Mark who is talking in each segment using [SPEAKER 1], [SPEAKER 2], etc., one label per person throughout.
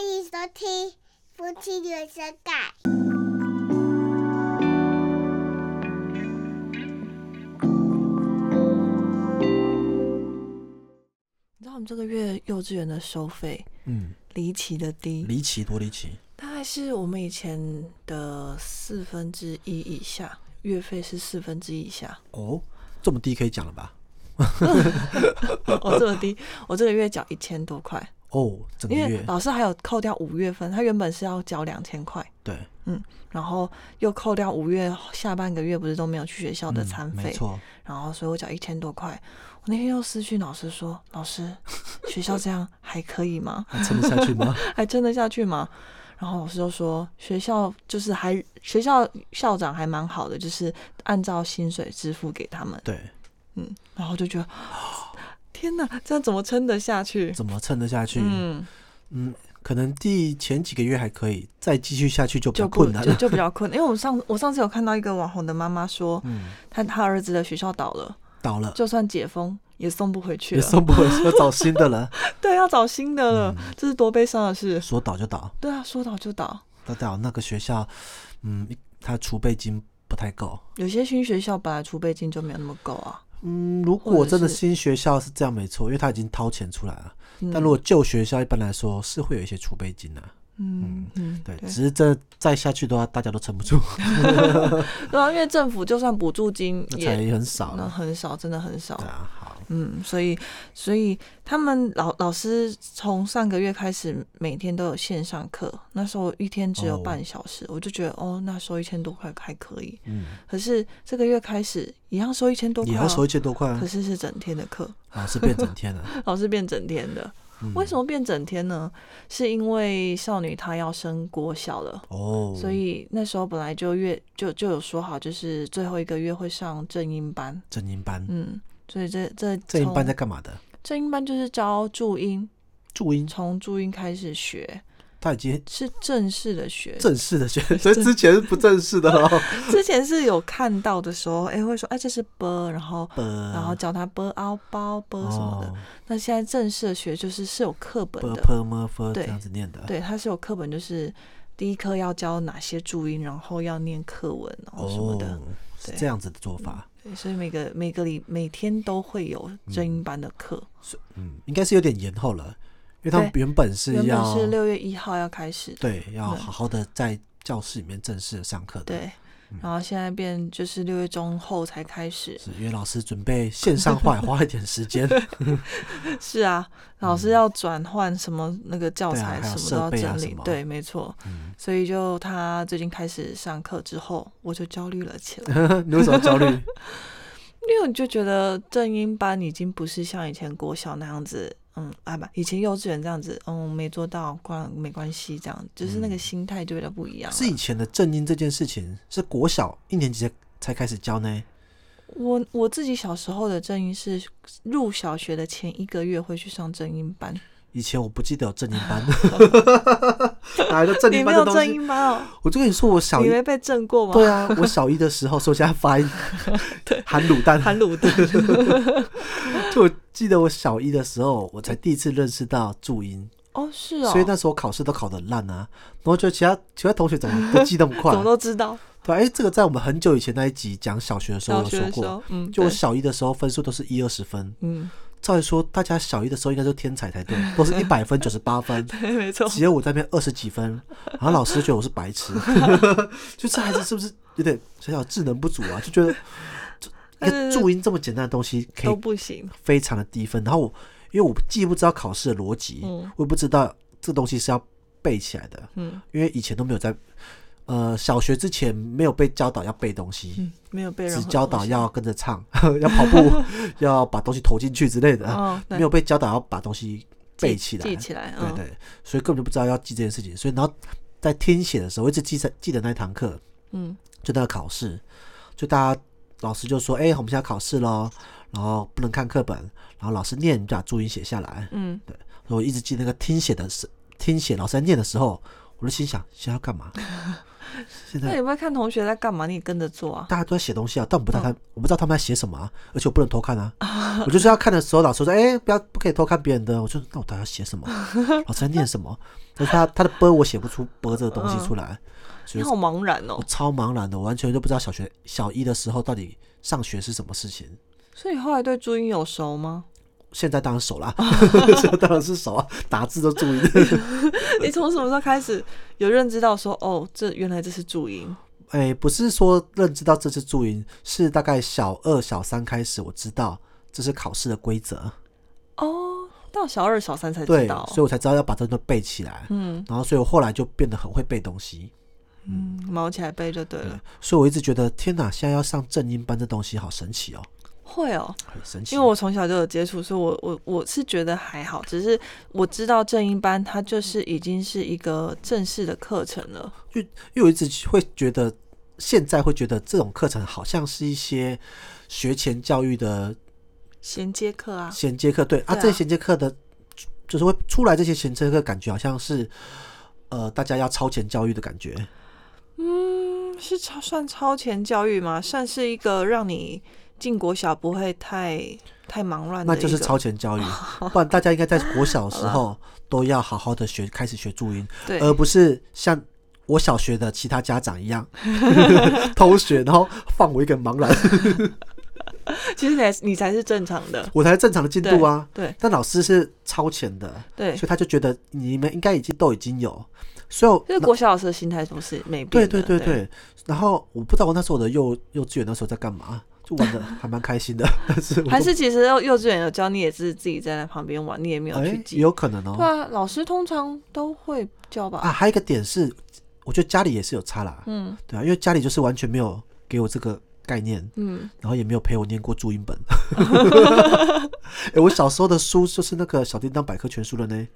[SPEAKER 1] 迎收听《夫妻原声带》。
[SPEAKER 2] 你知道我们这个月幼稚园的收费
[SPEAKER 3] 嗯，
[SPEAKER 2] 离奇的低，
[SPEAKER 3] 离奇多离奇，
[SPEAKER 2] 大概是我们以前的四分之一以下，月费是四分之一以下。
[SPEAKER 3] 哦，这么低可以讲了吧？
[SPEAKER 2] 哦，这么低，我这个月缴一千多块，
[SPEAKER 3] 哦，整个
[SPEAKER 2] 因为
[SPEAKER 3] 月
[SPEAKER 2] 老师还有扣掉五月份，他原本是要缴两千块，
[SPEAKER 3] 对，
[SPEAKER 2] 然后又扣掉五月下半个月不是都没有去学校的
[SPEAKER 3] 嗯
[SPEAKER 2] 餐
[SPEAKER 3] 没
[SPEAKER 2] 费，
[SPEAKER 3] 错，
[SPEAKER 2] 然后所以我缴一千多块。我那天又私讯老师说，老师，学校这样还可以吗？
[SPEAKER 3] 还撑得下 去吗？
[SPEAKER 2] 还撑得下去吗？然后老师就说，学校就是还学校校长还蛮好的，就是按照薪水支付给他们。
[SPEAKER 3] 对，
[SPEAKER 2] 嗯，然后就觉得， 天哪，这样怎么撑得下去？
[SPEAKER 3] 怎么撑得下去？
[SPEAKER 2] 嗯，
[SPEAKER 3] 嗯，可能第前几个月还可以，再继续下去就比
[SPEAKER 2] 就
[SPEAKER 3] 较
[SPEAKER 2] 不
[SPEAKER 3] 困难
[SPEAKER 2] 就
[SPEAKER 3] 了。
[SPEAKER 2] 就比较困难，因为我上我上次有看到一个网红的妈妈说，
[SPEAKER 3] 嗯，
[SPEAKER 2] 她她儿子的学校倒了，
[SPEAKER 3] 倒了，
[SPEAKER 2] 就算解封也送不回去
[SPEAKER 3] 也
[SPEAKER 2] 了，
[SPEAKER 3] 送不嗯回，要找新的了。
[SPEAKER 2] 对，要找新的了，这是多悲伤的事。
[SPEAKER 3] 说倒就倒，
[SPEAKER 2] 对啊，说倒就倒，
[SPEAKER 3] 那倒那个学校，嗯，他储备金不太够。
[SPEAKER 2] 有些新学校本来储备金就没有那么够啊。
[SPEAKER 3] 嗯，如
[SPEAKER 2] 或
[SPEAKER 3] 果
[SPEAKER 2] 者
[SPEAKER 3] 真的
[SPEAKER 2] 是
[SPEAKER 3] 新学校是这样没错，因为他已经掏钱出来了。
[SPEAKER 2] 嗯
[SPEAKER 3] 但如果旧学校一般来说是会有一些储备金的、
[SPEAKER 2] 嗯嗯，
[SPEAKER 3] 对，只是这再下去的话，大家都撑不住，
[SPEAKER 2] 对啊，因为政府就算补助金
[SPEAKER 3] 那才
[SPEAKER 2] 也嗯
[SPEAKER 3] 很少
[SPEAKER 2] 那
[SPEAKER 3] 了。
[SPEAKER 2] 很少，真的很少
[SPEAKER 3] 对。啊，好，
[SPEAKER 2] 嗯，所以所以他们老老师从上个月开始每天都有线上课，那时候一天只有
[SPEAKER 3] 哦
[SPEAKER 2] 半小时，我就觉得哦，那收一千多块还可以。
[SPEAKER 3] 嗯，
[SPEAKER 2] 可是这个月开始一样收一千多块、
[SPEAKER 3] 也
[SPEAKER 2] 哦，
[SPEAKER 3] 要收一千多块啊
[SPEAKER 2] 可，是是整天的课，
[SPEAKER 3] 老师变整 天了。
[SPEAKER 2] 老师变整天的。
[SPEAKER 3] 嗯
[SPEAKER 2] 为什么变整天呢？是因为少女她要升国小了。
[SPEAKER 3] 哦，
[SPEAKER 2] 所以那时候本来就月就就有说好，就是最后一个月会上正音班，
[SPEAKER 3] 正音班，
[SPEAKER 2] 嗯，所以这这
[SPEAKER 3] 正音班
[SPEAKER 2] 从
[SPEAKER 3] 在干嘛的？
[SPEAKER 2] 正音班就是教注音，
[SPEAKER 3] 注音，
[SPEAKER 2] 从注音开始学，
[SPEAKER 3] 他已经
[SPEAKER 2] 是正式的学。
[SPEAKER 3] 正式的学，所以之前是不正式的 哦喽。
[SPEAKER 2] 之前是有看到的时候，哎、会说哎、这是波，然后然
[SPEAKER 3] 然
[SPEAKER 2] 后教他波凹包波
[SPEAKER 3] 哦
[SPEAKER 2] 什么的。那现在正式的学就是是有课本
[SPEAKER 3] ，b
[SPEAKER 2] 的，
[SPEAKER 3] p m f
[SPEAKER 2] 对
[SPEAKER 3] 这样子念的。
[SPEAKER 2] 对，它是有课本，就是第一课要教哪些注音，然后要念课文然后什么的。
[SPEAKER 3] 哦，是
[SPEAKER 2] 对
[SPEAKER 3] 这样子的做法。
[SPEAKER 2] 对，所以每个每个礼每天都会有正音班的课，
[SPEAKER 3] 嗯，应该是有点延后了，因为他们
[SPEAKER 2] 对
[SPEAKER 3] 原本是
[SPEAKER 2] 原本
[SPEAKER 3] 要
[SPEAKER 2] 是六月一号要开始的，
[SPEAKER 3] 对要
[SPEAKER 2] 嗯
[SPEAKER 3] 好好的在教室里面正式的上课的。
[SPEAKER 2] 对，然后现在变就是六月中后才开始，
[SPEAKER 3] 是因为老师准备线上化也花了一点时间，
[SPEAKER 2] 是啊，老师要转换什么那个教
[SPEAKER 3] 嗯对啊
[SPEAKER 2] 材
[SPEAKER 3] 还有
[SPEAKER 2] 什么都要
[SPEAKER 3] 设备啊
[SPEAKER 2] 整
[SPEAKER 3] 什
[SPEAKER 2] 理，
[SPEAKER 3] 么
[SPEAKER 2] 对，没错，
[SPEAKER 3] 嗯
[SPEAKER 2] 所以就他最近开始上课之后，我就焦虑了起 来，
[SPEAKER 3] 你为什么要焦虑？
[SPEAKER 2] 因为我就觉得正音班已经不是像以前国小那样子。嗯，啊不，以前幼稚园这样子，嗯，没做到，关没关系，这样就是那个心态就有点不一样了。
[SPEAKER 3] 嗯是以前的正音这件事情，是国小一年级才才开始教呢。
[SPEAKER 2] 我我自己小时候的正音是入小学的前一个月会去上正音班，
[SPEAKER 3] 以前我不记得有正音班， 哪来的正
[SPEAKER 2] 你
[SPEAKER 3] 音
[SPEAKER 2] 没
[SPEAKER 3] 班
[SPEAKER 2] 有
[SPEAKER 3] 的
[SPEAKER 2] 正
[SPEAKER 3] 东西？
[SPEAKER 2] 音班哦，
[SPEAKER 3] 我就跟你说，我小
[SPEAKER 2] 你
[SPEAKER 3] 一
[SPEAKER 2] 没被正过吗？
[SPEAKER 3] 对啊，我小一的时候，说现在 发音含卤蛋，
[SPEAKER 2] 含卤蛋，
[SPEAKER 3] 就我记得我小一的时候，我才第一次认识到注音，
[SPEAKER 2] 哦是哦，
[SPEAKER 3] 所以那时候考试都考得很烂啊。然后就其他其他同学怎么都记那么快
[SPEAKER 2] 怎么？都知道。
[SPEAKER 3] 对啊，哎，这个在我们很久以前那一集讲小学的时候
[SPEAKER 2] 小
[SPEAKER 3] 有
[SPEAKER 2] 学
[SPEAKER 3] 说
[SPEAKER 2] 的时
[SPEAKER 3] 过，
[SPEAKER 2] 候，嗯，
[SPEAKER 3] 就我
[SPEAKER 2] 对
[SPEAKER 3] 小一的时候分数都是一二十分，
[SPEAKER 2] 嗯，
[SPEAKER 3] 照理说大家小一的时候应该都天才才对，都是一百分九十八 分，
[SPEAKER 2] 对，没错，
[SPEAKER 3] 只有我在那边二十几分，然后老师觉得我是白 痴，就这孩子是不是有点小小智能不足啊？就觉得这一个注音这么简单的东西
[SPEAKER 2] 呃
[SPEAKER 3] 可
[SPEAKER 2] 都
[SPEAKER 3] 以
[SPEAKER 2] 不行。
[SPEAKER 3] 非常的低分，然后我因为我既不知道考试的逻辑，
[SPEAKER 2] 嗯
[SPEAKER 3] 我也不知道这东西是要背起来的，
[SPEAKER 2] 嗯
[SPEAKER 3] 因为以前都没有在呃小学之前没有被教导要背东西，
[SPEAKER 2] 嗯，没有被任
[SPEAKER 3] 只
[SPEAKER 2] 何哦
[SPEAKER 3] 教导要跟着唱， 要跑步， 要把东西投进去之类的，
[SPEAKER 2] 哦，对
[SPEAKER 3] 啊没有被教导要把东西背
[SPEAKER 2] 记
[SPEAKER 3] 起来。啊
[SPEAKER 2] 记起来，
[SPEAKER 3] 对
[SPEAKER 2] 嗯，
[SPEAKER 3] 对，所以根本就不知道要记这件事情。所以然后在听写的时候，我一直记在记得那一堂课，
[SPEAKER 2] 嗯，
[SPEAKER 3] 就那个考试，就大家老师就说：“哎、我们现在考试喽，然后不能看课本，然后老师念，你就把注音写下来。
[SPEAKER 2] 嗯，”
[SPEAKER 3] 所以 我一直记那个听写的是听写，老师在念的时候，我就心想：现在要干嘛？现
[SPEAKER 2] 那
[SPEAKER 3] 在
[SPEAKER 2] 你不会看同学在干嘛，你也跟着做 啊。
[SPEAKER 3] 大家都在写东西啊，但我
[SPEAKER 2] 嗯
[SPEAKER 3] 不知道他，我不知道他们在写什么啊，而且我不能偷看啊。我就是要看的时候，老师说：“哎、不要，不可以偷看别人的。”我就那我到底要 写什么？老师在念什么？但是他他的波我写不出波这个东西出来，所
[SPEAKER 2] 你
[SPEAKER 3] 以
[SPEAKER 2] 好茫然哦
[SPEAKER 3] 我，超茫然的，我完全就不知道小学小一的时候到底上学是什么事情。
[SPEAKER 2] 所以你后来对注音有熟 吗？
[SPEAKER 3] 现在当然熟啦，啊 现在当然是熟啊，打字都注意。
[SPEAKER 2] 你从什么时候开始有认知到说，哦，这原来这是注音？
[SPEAKER 3] 哎、不是说认知到这次注音，是大概小二、小三开始，我知道这是考试的规则，
[SPEAKER 2] 哦，到小二小三才
[SPEAKER 3] 对，
[SPEAKER 2] 知
[SPEAKER 3] 所
[SPEAKER 2] 道。哦
[SPEAKER 3] 以我才知道要把这都背起来。
[SPEAKER 2] 嗯
[SPEAKER 3] 然后，所以我后来就变得很会背东西。
[SPEAKER 2] 嗯，毛起来背就对
[SPEAKER 3] 对
[SPEAKER 2] 了。，
[SPEAKER 3] 所以我一直觉得天哪，现在要上正音班这东西好神奇哦，
[SPEAKER 2] 会哦，
[SPEAKER 3] 很神奇。
[SPEAKER 2] 因为我从小就有接触，所以我我我是觉得还好，只是我知道正音班它就是已经是一个正式的课程了。
[SPEAKER 3] 就因为我一直会觉得，现在会觉得这种课程好像是一些学前教育的
[SPEAKER 2] 衔接课啊，
[SPEAKER 3] 衔接课，对
[SPEAKER 2] 对
[SPEAKER 3] 啊，
[SPEAKER 2] 啊
[SPEAKER 3] 这些衔接课的，就是会出来这些衔接课，感觉好像是呃，大家要超前教育的感觉。
[SPEAKER 2] 啊嗯，是超算超前教育吗？算是一个让你进国小不会太太忙乱的
[SPEAKER 3] 那
[SPEAKER 2] 一个，
[SPEAKER 3] 就是超前 教育，不然大家应该在国小的时候都要好好的学，开始学注音，
[SPEAKER 2] 对，
[SPEAKER 3] 而不是像我小学的其他家长一样 偷学，然后放我一个人茫然，
[SPEAKER 2] 其实你才你才是正常的，
[SPEAKER 3] 我才正常的进度啊。
[SPEAKER 2] 对
[SPEAKER 3] 但老师是超前的，
[SPEAKER 2] 对
[SPEAKER 3] 所以，他就觉得你们应该已经都已经有，所以我
[SPEAKER 2] 就是国小老师的心态都是没
[SPEAKER 3] 对
[SPEAKER 2] 变
[SPEAKER 3] 对
[SPEAKER 2] 的，
[SPEAKER 3] 对
[SPEAKER 2] 对
[SPEAKER 3] 对，然后我不知道我那时候我的幼幼稚园那时候在干嘛，就玩的还蛮开 心的，但是我
[SPEAKER 2] 还
[SPEAKER 3] 都
[SPEAKER 2] 是其实幼幼稚园有教你也是自己在那旁边玩，你也没有
[SPEAKER 3] 哎
[SPEAKER 2] 去
[SPEAKER 3] 也
[SPEAKER 2] 记。
[SPEAKER 3] 有可能
[SPEAKER 2] 对
[SPEAKER 3] 哦
[SPEAKER 2] 啊，老师通常都会教吧。
[SPEAKER 3] 啊，还有一个点是，我觉得家里也是有差啦，
[SPEAKER 2] 嗯
[SPEAKER 3] 对啊，因为家里就是完全没有给我这个概念，
[SPEAKER 2] 嗯，
[SPEAKER 3] 然后也没有陪我念过注音本。 哎、我小时候的书就是那个《小叮当百科全书》了呢，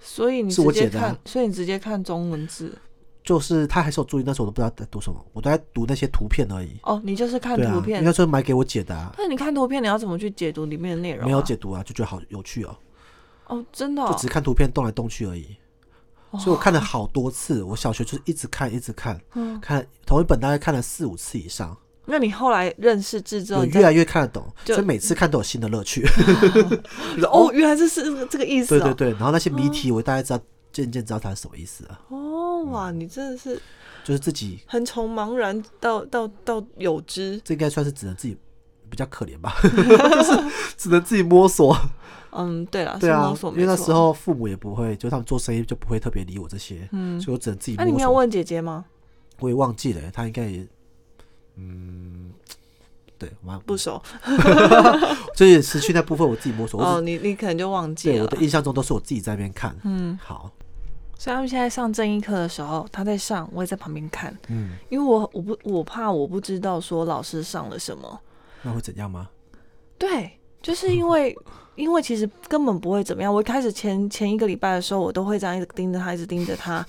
[SPEAKER 2] 所以你
[SPEAKER 3] 是
[SPEAKER 2] 直
[SPEAKER 3] 我
[SPEAKER 2] 接
[SPEAKER 3] 姐的啊
[SPEAKER 2] 看，所以你直接看中文字
[SPEAKER 3] 就是他还是有注音，但是我都不知道在读什么，我都在读那些图片而已。
[SPEAKER 2] 哦，你就是看
[SPEAKER 3] 对啊
[SPEAKER 2] 图，片
[SPEAKER 3] 应。该说买给我姐的、啊，
[SPEAKER 2] 那你看图片，你要怎么去解读里面的内容、啊？
[SPEAKER 3] 没有解读啊，就觉得好有趣哦，
[SPEAKER 2] 哦，真的、
[SPEAKER 3] 就
[SPEAKER 2] 哦
[SPEAKER 3] 只，是看图片动来动去而已。所以我看了好多次，我小学就是一直看，一直看，
[SPEAKER 2] 嗯
[SPEAKER 3] 看同一本大概看了四五次以上，
[SPEAKER 2] 那你后来认识字之后，
[SPEAKER 3] 我
[SPEAKER 2] 你
[SPEAKER 3] 越
[SPEAKER 2] 再
[SPEAKER 3] 来越看得懂，
[SPEAKER 2] 就
[SPEAKER 3] 所以每次看都有新的乐 趣。 就是
[SPEAKER 2] 哦，，原来这是这个这个意思、
[SPEAKER 3] 对
[SPEAKER 2] 哦。
[SPEAKER 3] 对对，然后那些谜题我大概知道，渐渐知道它是什么意思啊，
[SPEAKER 2] 哦，哇，你真的是
[SPEAKER 3] 就是自己
[SPEAKER 2] 很从茫然到到到有知，
[SPEAKER 3] 这应该算是只能自己比较可怜吧， 就是只能自己 摸索。
[SPEAKER 2] 嗯，对了，
[SPEAKER 3] 对
[SPEAKER 2] 是
[SPEAKER 3] 啊
[SPEAKER 2] 摸，索
[SPEAKER 3] 因为那
[SPEAKER 2] 没错
[SPEAKER 3] 时，候父母也不会，就他们做生意就不会特别理我这些，
[SPEAKER 2] 嗯，
[SPEAKER 3] 所以我只能自己
[SPEAKER 2] 那、
[SPEAKER 3] 摸
[SPEAKER 2] 你没有
[SPEAKER 3] 索。
[SPEAKER 2] 问姐姐吗？
[SPEAKER 3] 我也忘记了，他应该也，嗯，对，蛮
[SPEAKER 2] 不熟
[SPEAKER 3] 这也失去那部分我自己摸索。
[SPEAKER 2] 哦，
[SPEAKER 3] 我只
[SPEAKER 2] 你你可能就忘记
[SPEAKER 3] 对我
[SPEAKER 2] 了
[SPEAKER 3] 的。印象中都是我自己在那边看。
[SPEAKER 2] 嗯，
[SPEAKER 3] 好，
[SPEAKER 2] 所以他们现在上正音课的时候，他在上，我也在旁边看，
[SPEAKER 3] 嗯，
[SPEAKER 2] 因为我我不我怕我不知道说老师上了什么。
[SPEAKER 3] 那会怎样吗？
[SPEAKER 2] 对，就是因为因为其实根本不会怎么样。我一开始前前一个礼拜的时候，我都会这样一直盯着他，一直盯着他。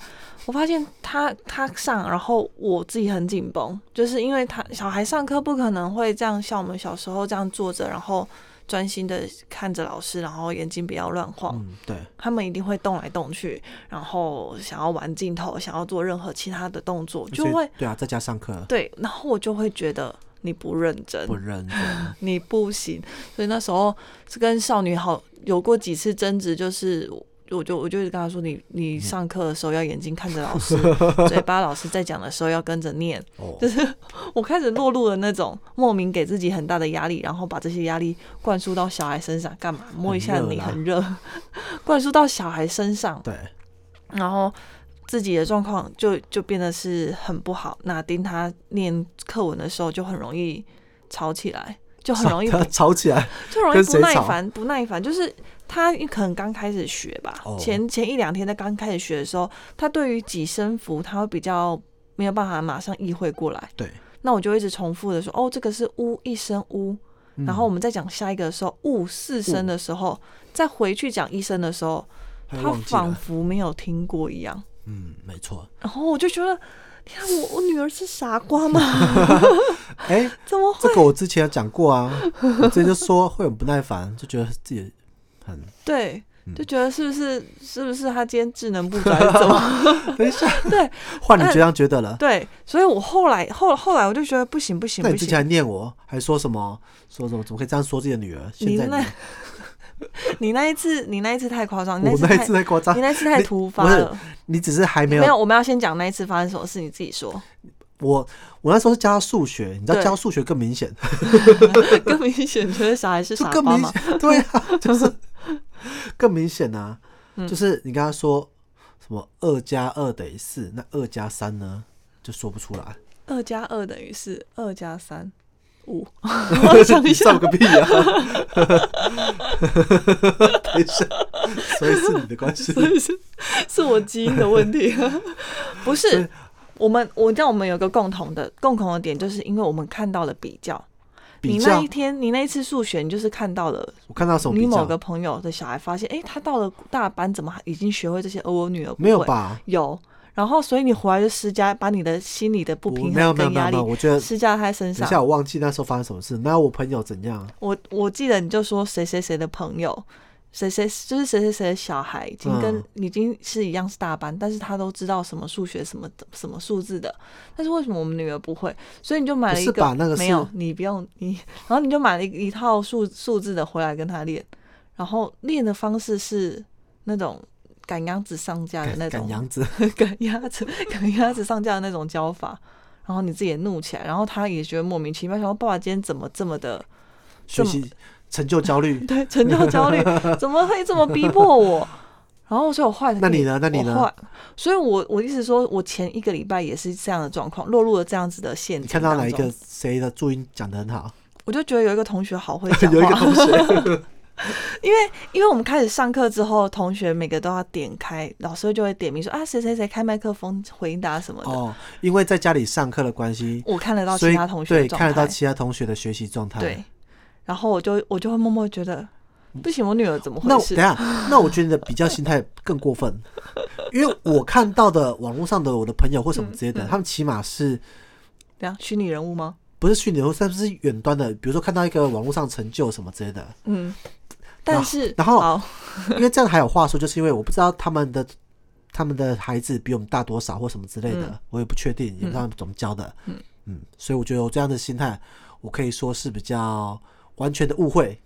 [SPEAKER 2] 我发现他他上，然后我自己很紧绷，就是因为他小孩上课不可能会这样像我们小时候这样坐着，然后专心的看着老师，然后眼睛不要乱晃。
[SPEAKER 3] 嗯，对，
[SPEAKER 2] 他们一定会动来动去，然后想要玩镜头，想要做任何其他的动作，就
[SPEAKER 3] 所以
[SPEAKER 2] 会
[SPEAKER 3] 对啊，在家上课
[SPEAKER 2] 对，然后我就会觉得你不认真，
[SPEAKER 3] 不认 真，
[SPEAKER 2] 你不行。所以那时候是跟少女好有过几次争执，就是我我就我就跟她说你，你上课的时候要眼睛看着老师，嘴巴老师在讲的时候要跟着念。
[SPEAKER 3] 哦，
[SPEAKER 2] 我开始落入了那种莫名给自己很大的压力，然后把这些压力灌输到小孩身上，干嘛？摸一下
[SPEAKER 3] 很热
[SPEAKER 2] 你
[SPEAKER 3] 啦
[SPEAKER 2] 很热，灌输到小孩身上，
[SPEAKER 3] 对，
[SPEAKER 2] 然后自己的状况就就变得是很不好。那盯他念课文的时候，就很容易吵起来，就很 容易
[SPEAKER 3] 吵起来，
[SPEAKER 2] 就容易
[SPEAKER 3] 跟
[SPEAKER 2] 不
[SPEAKER 3] 谁
[SPEAKER 2] 耐
[SPEAKER 3] 吵
[SPEAKER 2] 烦，不耐烦就是他可能刚开始学吧，
[SPEAKER 3] 哦
[SPEAKER 2] 前前一两天他刚开始学的时候，他对于几声符他会比较没有办法马上意会过来，
[SPEAKER 3] 对，
[SPEAKER 2] 那我就一直重复的说，哦，这个是呜一声呜，
[SPEAKER 3] 嗯
[SPEAKER 2] 然后我们再讲下一个的时候，呜四声的时候，再回去讲一声的时候，
[SPEAKER 3] 他
[SPEAKER 2] 他
[SPEAKER 3] 忘记
[SPEAKER 2] 仿
[SPEAKER 3] 了，
[SPEAKER 2] 佛没有听过一样，
[SPEAKER 3] 嗯，没错。
[SPEAKER 2] 然后我就觉得，你看我我女儿是傻瓜吗？
[SPEAKER 3] 哎，
[SPEAKER 2] 怎么
[SPEAKER 3] 这
[SPEAKER 2] 会？
[SPEAKER 3] 个我之 前有讲过啊，我之前就说会很不耐烦，就觉得自己很
[SPEAKER 2] 对，就觉得是不是是不是他今天智能 不转哎怎么？
[SPEAKER 3] 等一下，
[SPEAKER 2] 对呃
[SPEAKER 3] 换你这样觉得了。
[SPEAKER 2] 对，所以我后来后后来我就觉得不行不行
[SPEAKER 3] 那
[SPEAKER 2] 不
[SPEAKER 3] 你之前
[SPEAKER 2] 行，
[SPEAKER 3] 还念我，还说什么说什么怎么可以这样说自己的女儿？现
[SPEAKER 2] 你
[SPEAKER 3] 在
[SPEAKER 2] 那 你那一次你那一次太夸张，你
[SPEAKER 3] 我
[SPEAKER 2] 次
[SPEAKER 3] 那
[SPEAKER 2] 太
[SPEAKER 3] 一次太夸张
[SPEAKER 2] 你，那一次太
[SPEAKER 3] 你
[SPEAKER 2] 突
[SPEAKER 3] 不
[SPEAKER 2] 发
[SPEAKER 3] 是
[SPEAKER 2] 了。
[SPEAKER 3] 你只是还没
[SPEAKER 2] 没有，
[SPEAKER 3] 有
[SPEAKER 2] 我们要先讲那一次发生什么事，你自己 说
[SPEAKER 3] 我我那时候是教她数学，你知道
[SPEAKER 2] 对
[SPEAKER 3] 教数学更明显，
[SPEAKER 2] 更明显，觉得小孩是
[SPEAKER 3] 就
[SPEAKER 2] 傻
[SPEAKER 3] 更
[SPEAKER 2] 瓜
[SPEAKER 3] 明
[SPEAKER 2] 嘛。
[SPEAKER 3] 显， 对 啊，就是更明显啊，
[SPEAKER 2] 嗯
[SPEAKER 3] 就是你跟他说什么二加二等于四，那二加三呢就说不出来，
[SPEAKER 2] 二加二等于是二加三五， 我想一
[SPEAKER 3] 你
[SPEAKER 2] 下
[SPEAKER 3] 笑，个屁啊！等一下，所以是你的关系
[SPEAKER 2] 所，以是是我基因的问题， 不是我们，我知道我们有个共同的共同的点，就是因为我们看到了比较。
[SPEAKER 3] 比
[SPEAKER 2] 你那
[SPEAKER 3] 较
[SPEAKER 2] 一天，你那一次数学，你就是看到了
[SPEAKER 3] 我看到什么
[SPEAKER 2] 你
[SPEAKER 3] 比
[SPEAKER 2] 某个
[SPEAKER 3] 较？
[SPEAKER 2] 朋友的小孩，发现哎、诶他到了大班，怎么还已经学会这些？而我女儿不
[SPEAKER 3] 没有
[SPEAKER 2] 会？
[SPEAKER 3] 吧？
[SPEAKER 2] 有。然后，所以你回来就施加，把你的心理的不
[SPEAKER 3] 我
[SPEAKER 2] 平
[SPEAKER 3] 没有
[SPEAKER 2] 衡
[SPEAKER 3] 没有
[SPEAKER 2] 跟
[SPEAKER 3] 没有
[SPEAKER 2] 压
[SPEAKER 3] 没
[SPEAKER 2] 力
[SPEAKER 3] 有，我觉得
[SPEAKER 2] 施加在他身
[SPEAKER 3] 等
[SPEAKER 2] 上
[SPEAKER 3] 一。下我忘记那时候发生什么事，那我朋友怎样？
[SPEAKER 2] 我我记得你就说谁谁谁的朋友，谁谁就是谁谁谁的小孩，已经跟、
[SPEAKER 3] 嗯
[SPEAKER 2] 已经是一样是大班，但是他都知道什么数学什么的什么数字的，但是为什么我们女儿不会？所以你就买了一
[SPEAKER 3] 不是吧
[SPEAKER 2] 个，
[SPEAKER 3] 那个
[SPEAKER 2] 没
[SPEAKER 3] 是
[SPEAKER 2] 有，你不用你，然后你就买了一一套数数字的回来跟他练，然后练的方式是那种赶鸭子上架的那
[SPEAKER 3] 赶
[SPEAKER 2] 种
[SPEAKER 3] 羊子，
[SPEAKER 2] 赶鸭子、 赶鸭子上架的那种教法，然后你自己也怒起来，然后他也觉得莫名其妙，想说爸爸今天怎么这么的
[SPEAKER 3] 学
[SPEAKER 2] 这么。
[SPEAKER 3] 习成就焦虑
[SPEAKER 2] 对成就焦虑，怎么会这么逼迫我？然后所以我后来才
[SPEAKER 3] 那
[SPEAKER 2] 跟
[SPEAKER 3] 你呢那你呢
[SPEAKER 2] 我后来所以我我一直说，我前一个礼拜也是这样的状况，落入了这样子的陷
[SPEAKER 3] 你
[SPEAKER 2] 阱。
[SPEAKER 3] 看到哪一个？谁的注音讲得很好？
[SPEAKER 2] 我就觉得有一个同学好 会 讲话，
[SPEAKER 3] 有一个 同学，
[SPEAKER 2] 因为因为我们开始上课之后，同学每个都要点开，老师就会点名说啊谁谁谁开麦克风回答什么的。
[SPEAKER 3] 哦，因为在家里上课的关系，
[SPEAKER 2] 我看得到
[SPEAKER 3] 所
[SPEAKER 2] 其
[SPEAKER 3] 以
[SPEAKER 2] 他同学的
[SPEAKER 3] 对
[SPEAKER 2] 状
[SPEAKER 3] 看得到
[SPEAKER 2] 态
[SPEAKER 3] 其他同学的学习状态。
[SPEAKER 2] 对，，然后我就我就会默默觉得，不行，我女儿怎么回
[SPEAKER 3] 那我
[SPEAKER 2] 事
[SPEAKER 3] 等一？下，那我觉得你的比较心态更过分， 因为我看到的网络上的我的朋友或什么之类
[SPEAKER 2] 嗯
[SPEAKER 3] 的，他们起码是
[SPEAKER 2] 怎样？虚拟人物吗？
[SPEAKER 3] 不是虚拟人物，甚至是远端的，比如说看到一个网络上成就什么之类的，
[SPEAKER 2] 嗯，
[SPEAKER 3] 然
[SPEAKER 2] 但
[SPEAKER 3] 后
[SPEAKER 2] 是
[SPEAKER 3] 然后
[SPEAKER 2] 好
[SPEAKER 3] 因为这样还有话说，就是因为我不知道他们的他们的孩子比我们大多少或什么之类的，
[SPEAKER 2] 嗯
[SPEAKER 3] 我也不确定，也不知道他们怎么教的。
[SPEAKER 2] 嗯
[SPEAKER 3] 所以我觉得我这样的心态，我可以说是比较完全的误会。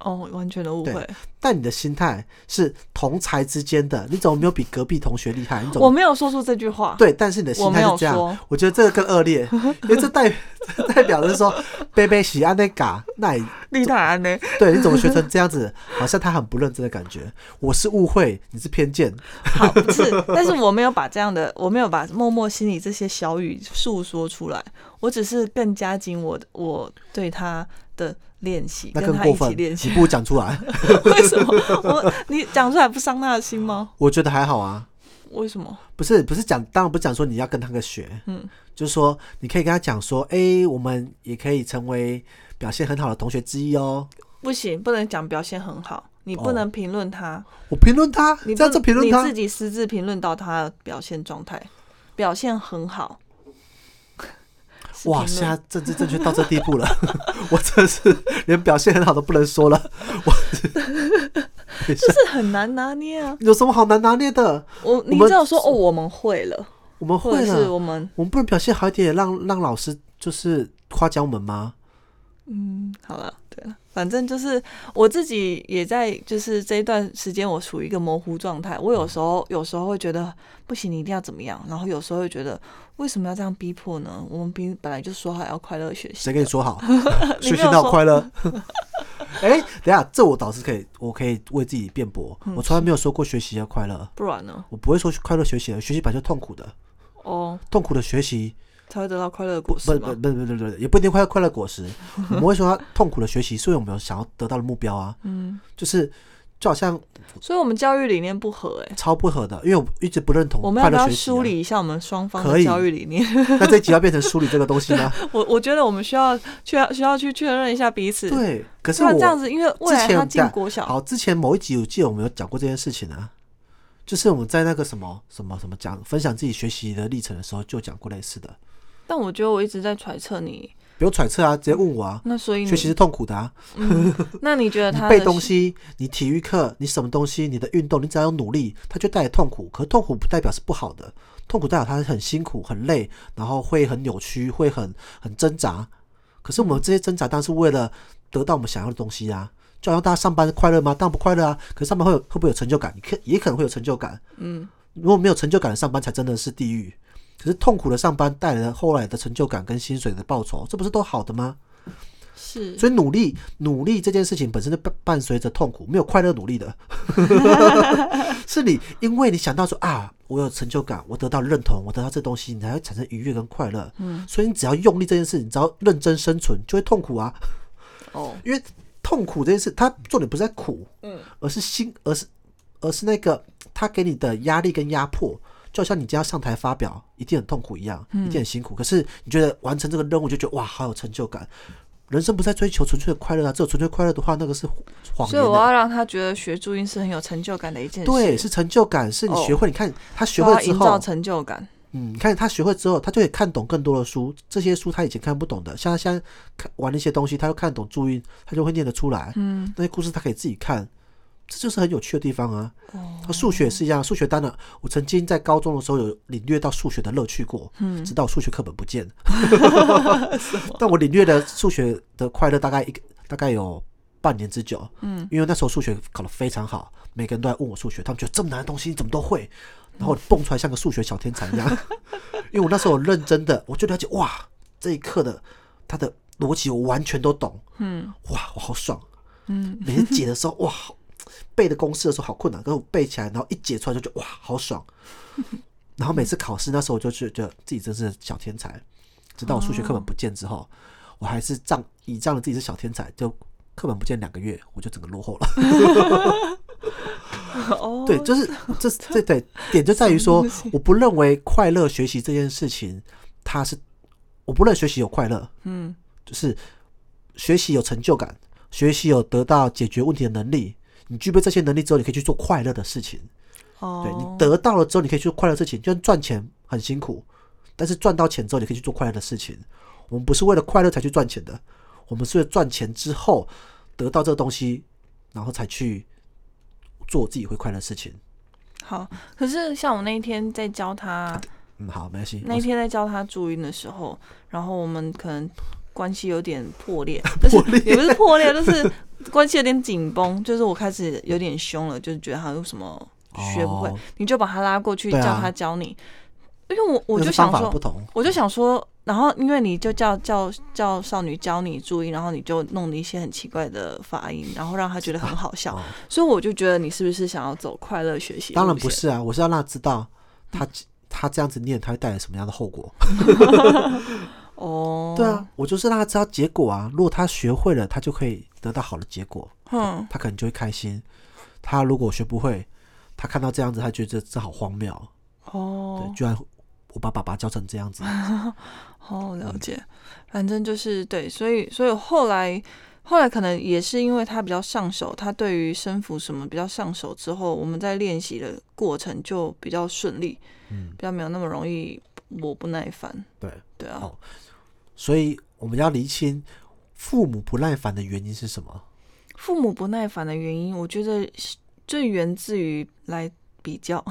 [SPEAKER 2] 哦，完全的误
[SPEAKER 3] 对
[SPEAKER 2] 会，
[SPEAKER 3] 但你的心态是同才之间的，你怎么没有比隔壁同学厉害？你怎
[SPEAKER 2] 我
[SPEAKER 3] 么
[SPEAKER 2] 没有说出这句话。
[SPEAKER 3] 对？但是你的心
[SPEAKER 2] 我没
[SPEAKER 3] 态
[SPEAKER 2] 有
[SPEAKER 3] 是这样，
[SPEAKER 2] 说
[SPEAKER 3] 我觉得这个更 恶劣，因为这代 这代表的是说，贝贝喜安内嘎，那你
[SPEAKER 2] 丽塔安呢？
[SPEAKER 3] 对你怎么学成这样子？好像他很不认真的感觉。我是误会，你是偏见。
[SPEAKER 2] 好，不是， 但是我没有把这样的，我没有把默默心里这些小语诉说出来，我只是更加紧我的我对他的练习，
[SPEAKER 3] 那
[SPEAKER 2] 跟
[SPEAKER 3] 更
[SPEAKER 2] 他
[SPEAKER 3] 过
[SPEAKER 2] 一起
[SPEAKER 3] 分，
[SPEAKER 2] 练习
[SPEAKER 3] 你。不如讲出来，
[SPEAKER 2] 为什么？我你讲出来不伤他的心吗？
[SPEAKER 3] 我觉得还好啊。
[SPEAKER 2] 为什么？
[SPEAKER 3] 不是不是讲，当然不是讲说你要跟他个学，
[SPEAKER 2] 嗯，
[SPEAKER 3] 就是说你可以跟他讲说，哎、我们也可以成为表现很好的同学之一哦。
[SPEAKER 2] 不行，不能讲表现很好，你
[SPEAKER 3] 哦
[SPEAKER 2] 不能评论他。
[SPEAKER 3] 我评论他，
[SPEAKER 2] 你
[SPEAKER 3] 这样
[SPEAKER 2] 不
[SPEAKER 3] 子评论
[SPEAKER 2] 你
[SPEAKER 3] 他
[SPEAKER 2] 自，己私自评论到他的表现状态，表现很好。是
[SPEAKER 3] 哇，
[SPEAKER 2] 评
[SPEAKER 3] 现
[SPEAKER 2] 论
[SPEAKER 3] 在政治正确到这地步了， 我真是连表现很好都不能说了，我等一下
[SPEAKER 2] 这很难拿捏 啊！
[SPEAKER 3] 有什么好难拿捏的？
[SPEAKER 2] 我你
[SPEAKER 3] 们
[SPEAKER 2] 只有说哦，我们会了，
[SPEAKER 3] 我们
[SPEAKER 2] 或
[SPEAKER 3] 哦
[SPEAKER 2] 者
[SPEAKER 3] 会
[SPEAKER 2] 是
[SPEAKER 3] 了，
[SPEAKER 2] 我们
[SPEAKER 3] 我们不能表现好一点，让让老师就是夸奖我们吗？
[SPEAKER 2] 嗯，好了，对了，反正就是我自己也在，就是这一段时间我处于一个模糊状态。我有时候
[SPEAKER 3] 嗯
[SPEAKER 2] 有时候会觉得不行，你一定要怎么样，然后有时候会觉得为什么要这样逼迫呢？我们比本来就说好要快乐学习
[SPEAKER 3] 谁，跟你说好？
[SPEAKER 2] 你
[SPEAKER 3] 学
[SPEAKER 2] 没
[SPEAKER 3] 习
[SPEAKER 2] 有
[SPEAKER 3] 到
[SPEAKER 2] 说
[SPEAKER 3] 快乐。 哎、等一下，这我倒是可以，我可以为自己辩驳。
[SPEAKER 2] 嗯
[SPEAKER 3] 我从来没有说过学习要快乐，
[SPEAKER 2] 不然呢？
[SPEAKER 3] 我不会说快乐学习的，学习本来就痛苦的，
[SPEAKER 2] 哦，
[SPEAKER 3] 痛苦的学习
[SPEAKER 2] 才会得到快乐的
[SPEAKER 3] 不
[SPEAKER 2] 果
[SPEAKER 3] 不
[SPEAKER 2] 实
[SPEAKER 3] 不
[SPEAKER 2] 吗？
[SPEAKER 3] 不不不不，也不一定快乐快乐果实。我们会说它痛苦的学习，是因为我们有想要得到的目标啊，
[SPEAKER 2] 嗯，
[SPEAKER 3] 就是就好像
[SPEAKER 2] 所以我们教育理念不合、欸，
[SPEAKER 3] 超不合的，因为我一直不认同
[SPEAKER 2] 我们
[SPEAKER 3] 快
[SPEAKER 2] 要不
[SPEAKER 3] 乐
[SPEAKER 2] 要
[SPEAKER 3] 学习、啊
[SPEAKER 2] 梳理一下我们双方
[SPEAKER 3] 可
[SPEAKER 2] 的
[SPEAKER 3] 以
[SPEAKER 2] 教育理念？
[SPEAKER 3] 那这一集要变成梳理这个东西吗？
[SPEAKER 2] 我我觉得我们需要确需要去确认一下彼此。，
[SPEAKER 3] 对，可是
[SPEAKER 2] 虽
[SPEAKER 3] 我
[SPEAKER 2] 然这样子，因为未来
[SPEAKER 3] 之前
[SPEAKER 2] 他进
[SPEAKER 3] 在
[SPEAKER 2] 国小，
[SPEAKER 3] 好，之前某一集我记得我们有讲过这件事情啊，就是我们在那个什么什么什么讲分享自己学习的历程的时候，就讲过类似的。
[SPEAKER 2] 但我觉得我一直在揣测你
[SPEAKER 3] 不用揣测啊，直接问我啊。
[SPEAKER 2] 那所以你
[SPEAKER 3] 学习是痛苦的啊，
[SPEAKER 2] 那你觉得
[SPEAKER 3] 你
[SPEAKER 2] 他
[SPEAKER 3] 背
[SPEAKER 2] 的
[SPEAKER 3] 东
[SPEAKER 2] 是
[SPEAKER 3] 西，你体育课，你什么东西，你的运动，你只要有努力，它就带来痛苦。可是痛苦不代表是不好的，痛苦代表它很辛苦、很累，然后会很扭曲，会很很挣扎。可是我们这些挣扎，当然是为了得到我们想要的东西啊。就好像大家上班快乐吗？当然不快乐啊。可是上班会有会不会有成就感？你可也可能会有成就感。
[SPEAKER 2] 嗯，
[SPEAKER 3] 如果没有成就感的上班，才真的是地狱。可是痛苦的上班带来了后来的成就感跟薪水的报酬，这不是都好的吗？
[SPEAKER 2] 是
[SPEAKER 3] 所以努力努力这件事情本身就伴伴随着痛苦，没有快乐努力的， 是你因为你想到说啊，我有成就感，我得到认同，我得到这东西，你才会产生愉悦跟快乐。嗯，所以你只要用力这件事，你只要认真生存，就会痛苦啊，
[SPEAKER 2] 哦，
[SPEAKER 3] 因为痛苦这件事，它重点不是在苦，
[SPEAKER 2] 嗯，
[SPEAKER 3] 而是心，而是而是那个他给你的压力跟压迫。就好像你今天要上台发表，一定很痛苦一样，
[SPEAKER 2] 嗯
[SPEAKER 3] 一定很辛苦。可是你觉得完成这个任务，就觉得哇，好有成就感。人生不是在追求纯粹的快乐啊，只有纯粹快乐的话，那个是谎
[SPEAKER 2] 所以
[SPEAKER 3] 言、
[SPEAKER 2] 我要
[SPEAKER 3] 欸。
[SPEAKER 2] 让他觉得学注音是很有成就感的一件事，
[SPEAKER 3] 对，是成就感，是你学会。你看他学
[SPEAKER 2] 哦我
[SPEAKER 3] 会
[SPEAKER 2] 要
[SPEAKER 3] 之
[SPEAKER 2] 营造
[SPEAKER 3] 后，
[SPEAKER 2] 成就感。
[SPEAKER 3] 嗯，你看他学会之后，他就可以看懂更多的书。这些书他以前看不懂的，像他现在看玩那些东西，他就看懂注音，他就会念得出来。
[SPEAKER 2] 嗯，
[SPEAKER 3] 那些故事他可以自己看，这就是很有趣的地方啊。那数学也是一样，数学当然，我曾经在高中的时候有领略到数学的乐趣过，直到数学课本不见。但我领略了数学的快乐，大概一个大概有半年之久。嗯，因为那时候数学考得非常好，每个人都在问我数学，他们觉得这么难的东西你怎么都会，然后我蹦出来像个数学小天才一样。 因为我那时候认真的，我就了解哇，这一课的它的逻辑我完全都懂。
[SPEAKER 2] 嗯
[SPEAKER 3] 哇，我好爽！啊
[SPEAKER 2] 嗯，
[SPEAKER 3] 每次解的时候，哇，好背的公式的时候好困难，可是我背起来，然后一解出来就觉得哇，好爽。 然后每次考试那时候，我就觉得自己真是小天才。直到我数学课本不见之后，我还是仗倚仗着自己是小天才，就课本不见两个月，我就整个落后了。
[SPEAKER 2] 哦，
[SPEAKER 3] 对，就是这 这对点就在于说
[SPEAKER 2] 什么东西，
[SPEAKER 3] 我不认为快乐学习这件事情，它是我不认为学习有快乐，
[SPEAKER 2] 嗯
[SPEAKER 3] 就是学习有成就感，学习有得到解决问题的能力。你具备这些能力之后，你可以去做快乐的事情。
[SPEAKER 2] 哦，
[SPEAKER 3] 对你得到了之后，你可以去做快乐的事情。就算赚钱很辛苦，但是赚到钱之后，你可以去做快乐的事情。我们不是为了快乐才去赚钱的，我们是为了赚钱之后得到这个东西，然后才去做自己会快乐的事情。
[SPEAKER 2] 好，可是像我那一天在教他，
[SPEAKER 3] 嗯，好，没关系。
[SPEAKER 2] 那一
[SPEAKER 3] 我
[SPEAKER 2] 天在教他注音的时候，然后我们可能关系有点破 裂，破裂也不是破裂，就是关系有点紧绷，就是我开始有点凶了，就是觉得他有什么学不会，
[SPEAKER 3] 哦
[SPEAKER 2] 你就把他拉过去
[SPEAKER 3] 对啊
[SPEAKER 2] 叫他教你，因为我我
[SPEAKER 3] 那
[SPEAKER 2] 就是
[SPEAKER 3] 方
[SPEAKER 2] 想
[SPEAKER 3] 法的
[SPEAKER 2] 说
[SPEAKER 3] 不，同，
[SPEAKER 2] 我就想说，然后因为你就叫叫叫少女教你注音，然后你就弄了一些很奇怪的发音，然后让他觉得很好笑，
[SPEAKER 3] 哦
[SPEAKER 2] 所以我就觉得你是不是想要走快乐学习？
[SPEAKER 3] 当然不，是啊，我是要让他知道
[SPEAKER 2] 嗯
[SPEAKER 3] 他他这样子念，他会带来什么样的后果。
[SPEAKER 2] 哦，
[SPEAKER 3] 对啊，，我就是让他知道结果啊。如果他学会了，他就可以得到好的结果，
[SPEAKER 2] 哼，
[SPEAKER 3] 他可能就会开心。他如果学不会，他看到这样子，他觉得这好荒谬，
[SPEAKER 2] 哦
[SPEAKER 3] 对，，居然我把爸爸教成这样子。
[SPEAKER 2] 哦，
[SPEAKER 3] 嗯
[SPEAKER 2] 了解。反正就是对，所以所以后来后来可能也是因为他比较上手，他对于声符什么比较上手之后，我们在练习的过程就比较顺利，
[SPEAKER 3] 嗯
[SPEAKER 2] 比较没有那么容易我不耐烦。
[SPEAKER 3] 对，
[SPEAKER 2] 对啊，
[SPEAKER 3] 哦所以我们要厘清父母不耐烦的原因是 什么。
[SPEAKER 2] 父母不耐烦的原因，我觉得是最源自于来比较，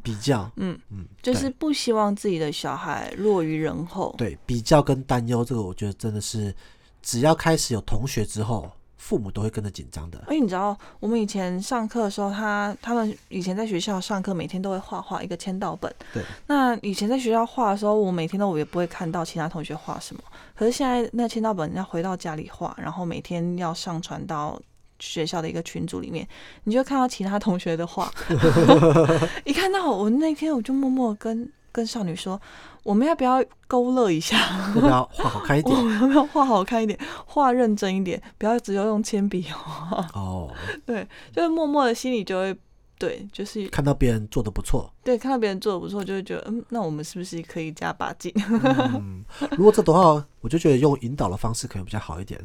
[SPEAKER 3] 比较，
[SPEAKER 2] 嗯，
[SPEAKER 3] 嗯，
[SPEAKER 2] 就是不希望自己的小孩落于人后。
[SPEAKER 3] 对对比较跟担忧，这个我觉得真的是，只要开始有同学之后，父母都会跟着紧 张的。
[SPEAKER 2] 而且你知道，我们以前上课的时候，他他们以前在学校上课，每天都会画画一个签到本。
[SPEAKER 3] 对。
[SPEAKER 2] 那以前在学校画的时候，我每天都我也不会看到其他同学画什么。可是现在那签到本要回到家里画，然后每天要上传到学校的一个群组里面，你就会看到其他同学的画。一看到我那天，我就默默跟跟少女说，我们要不要勾勒一下？
[SPEAKER 3] 要不要画好看一点？
[SPEAKER 2] 我们要不要画好看一点，画认真一点，不要只有用铅笔画。
[SPEAKER 3] 哦，
[SPEAKER 2] 对，就是默默的心里就会，对，就是
[SPEAKER 3] 看到别人做的不错，
[SPEAKER 2] 对，看到别人做的不错，就会觉得，嗯，那我们是不是可以加把劲？
[SPEAKER 3] 嗯，如果这的话，我就觉得用引导的方式可能比较好一点。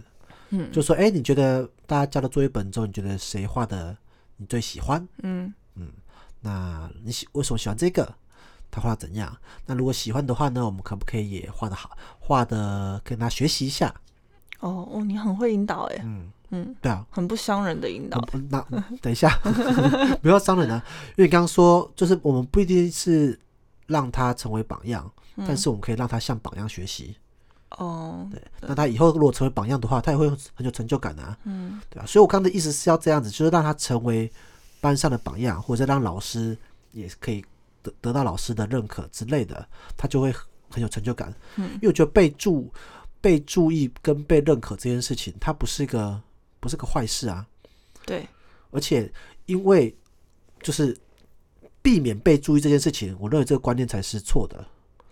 [SPEAKER 2] 嗯
[SPEAKER 3] 就说，哎、你觉得大家交了作业本之后，你觉得谁画的你最喜欢？
[SPEAKER 2] 嗯
[SPEAKER 3] 那你喜为什么喜欢这个？他画的怎样。那如果喜欢的话呢，我们可不可以也画的好，画的跟他学习一下？
[SPEAKER 2] 哦哦，你很会引导哎、
[SPEAKER 3] 嗯，
[SPEAKER 2] 嗯，
[SPEAKER 3] 对啊。
[SPEAKER 2] 很不伤人的引导
[SPEAKER 3] 嗯。嗯那嗯等一下， 不要伤人啊！因为你刚刚说，就是我们不一定是让他成为榜样，
[SPEAKER 2] 嗯
[SPEAKER 3] 但是我们可以让他向榜样学习。
[SPEAKER 2] 哦，
[SPEAKER 3] 对，那他以后如果成为榜样的话，他也会很有成就感啊，
[SPEAKER 2] 嗯
[SPEAKER 3] 对吧、所以我刚刚的意思是要这样子，就是让他成为班上的榜样，或者让老师也可以得得到老师的认可之类的，他就会很有成就感。
[SPEAKER 2] 嗯
[SPEAKER 3] 因为我觉得被注被注意跟被认可这件事情，它不是一个不是个坏事啊，
[SPEAKER 2] 对，
[SPEAKER 3] 而且因为就是避免被注意这件事情，我认为这个观念才是错的。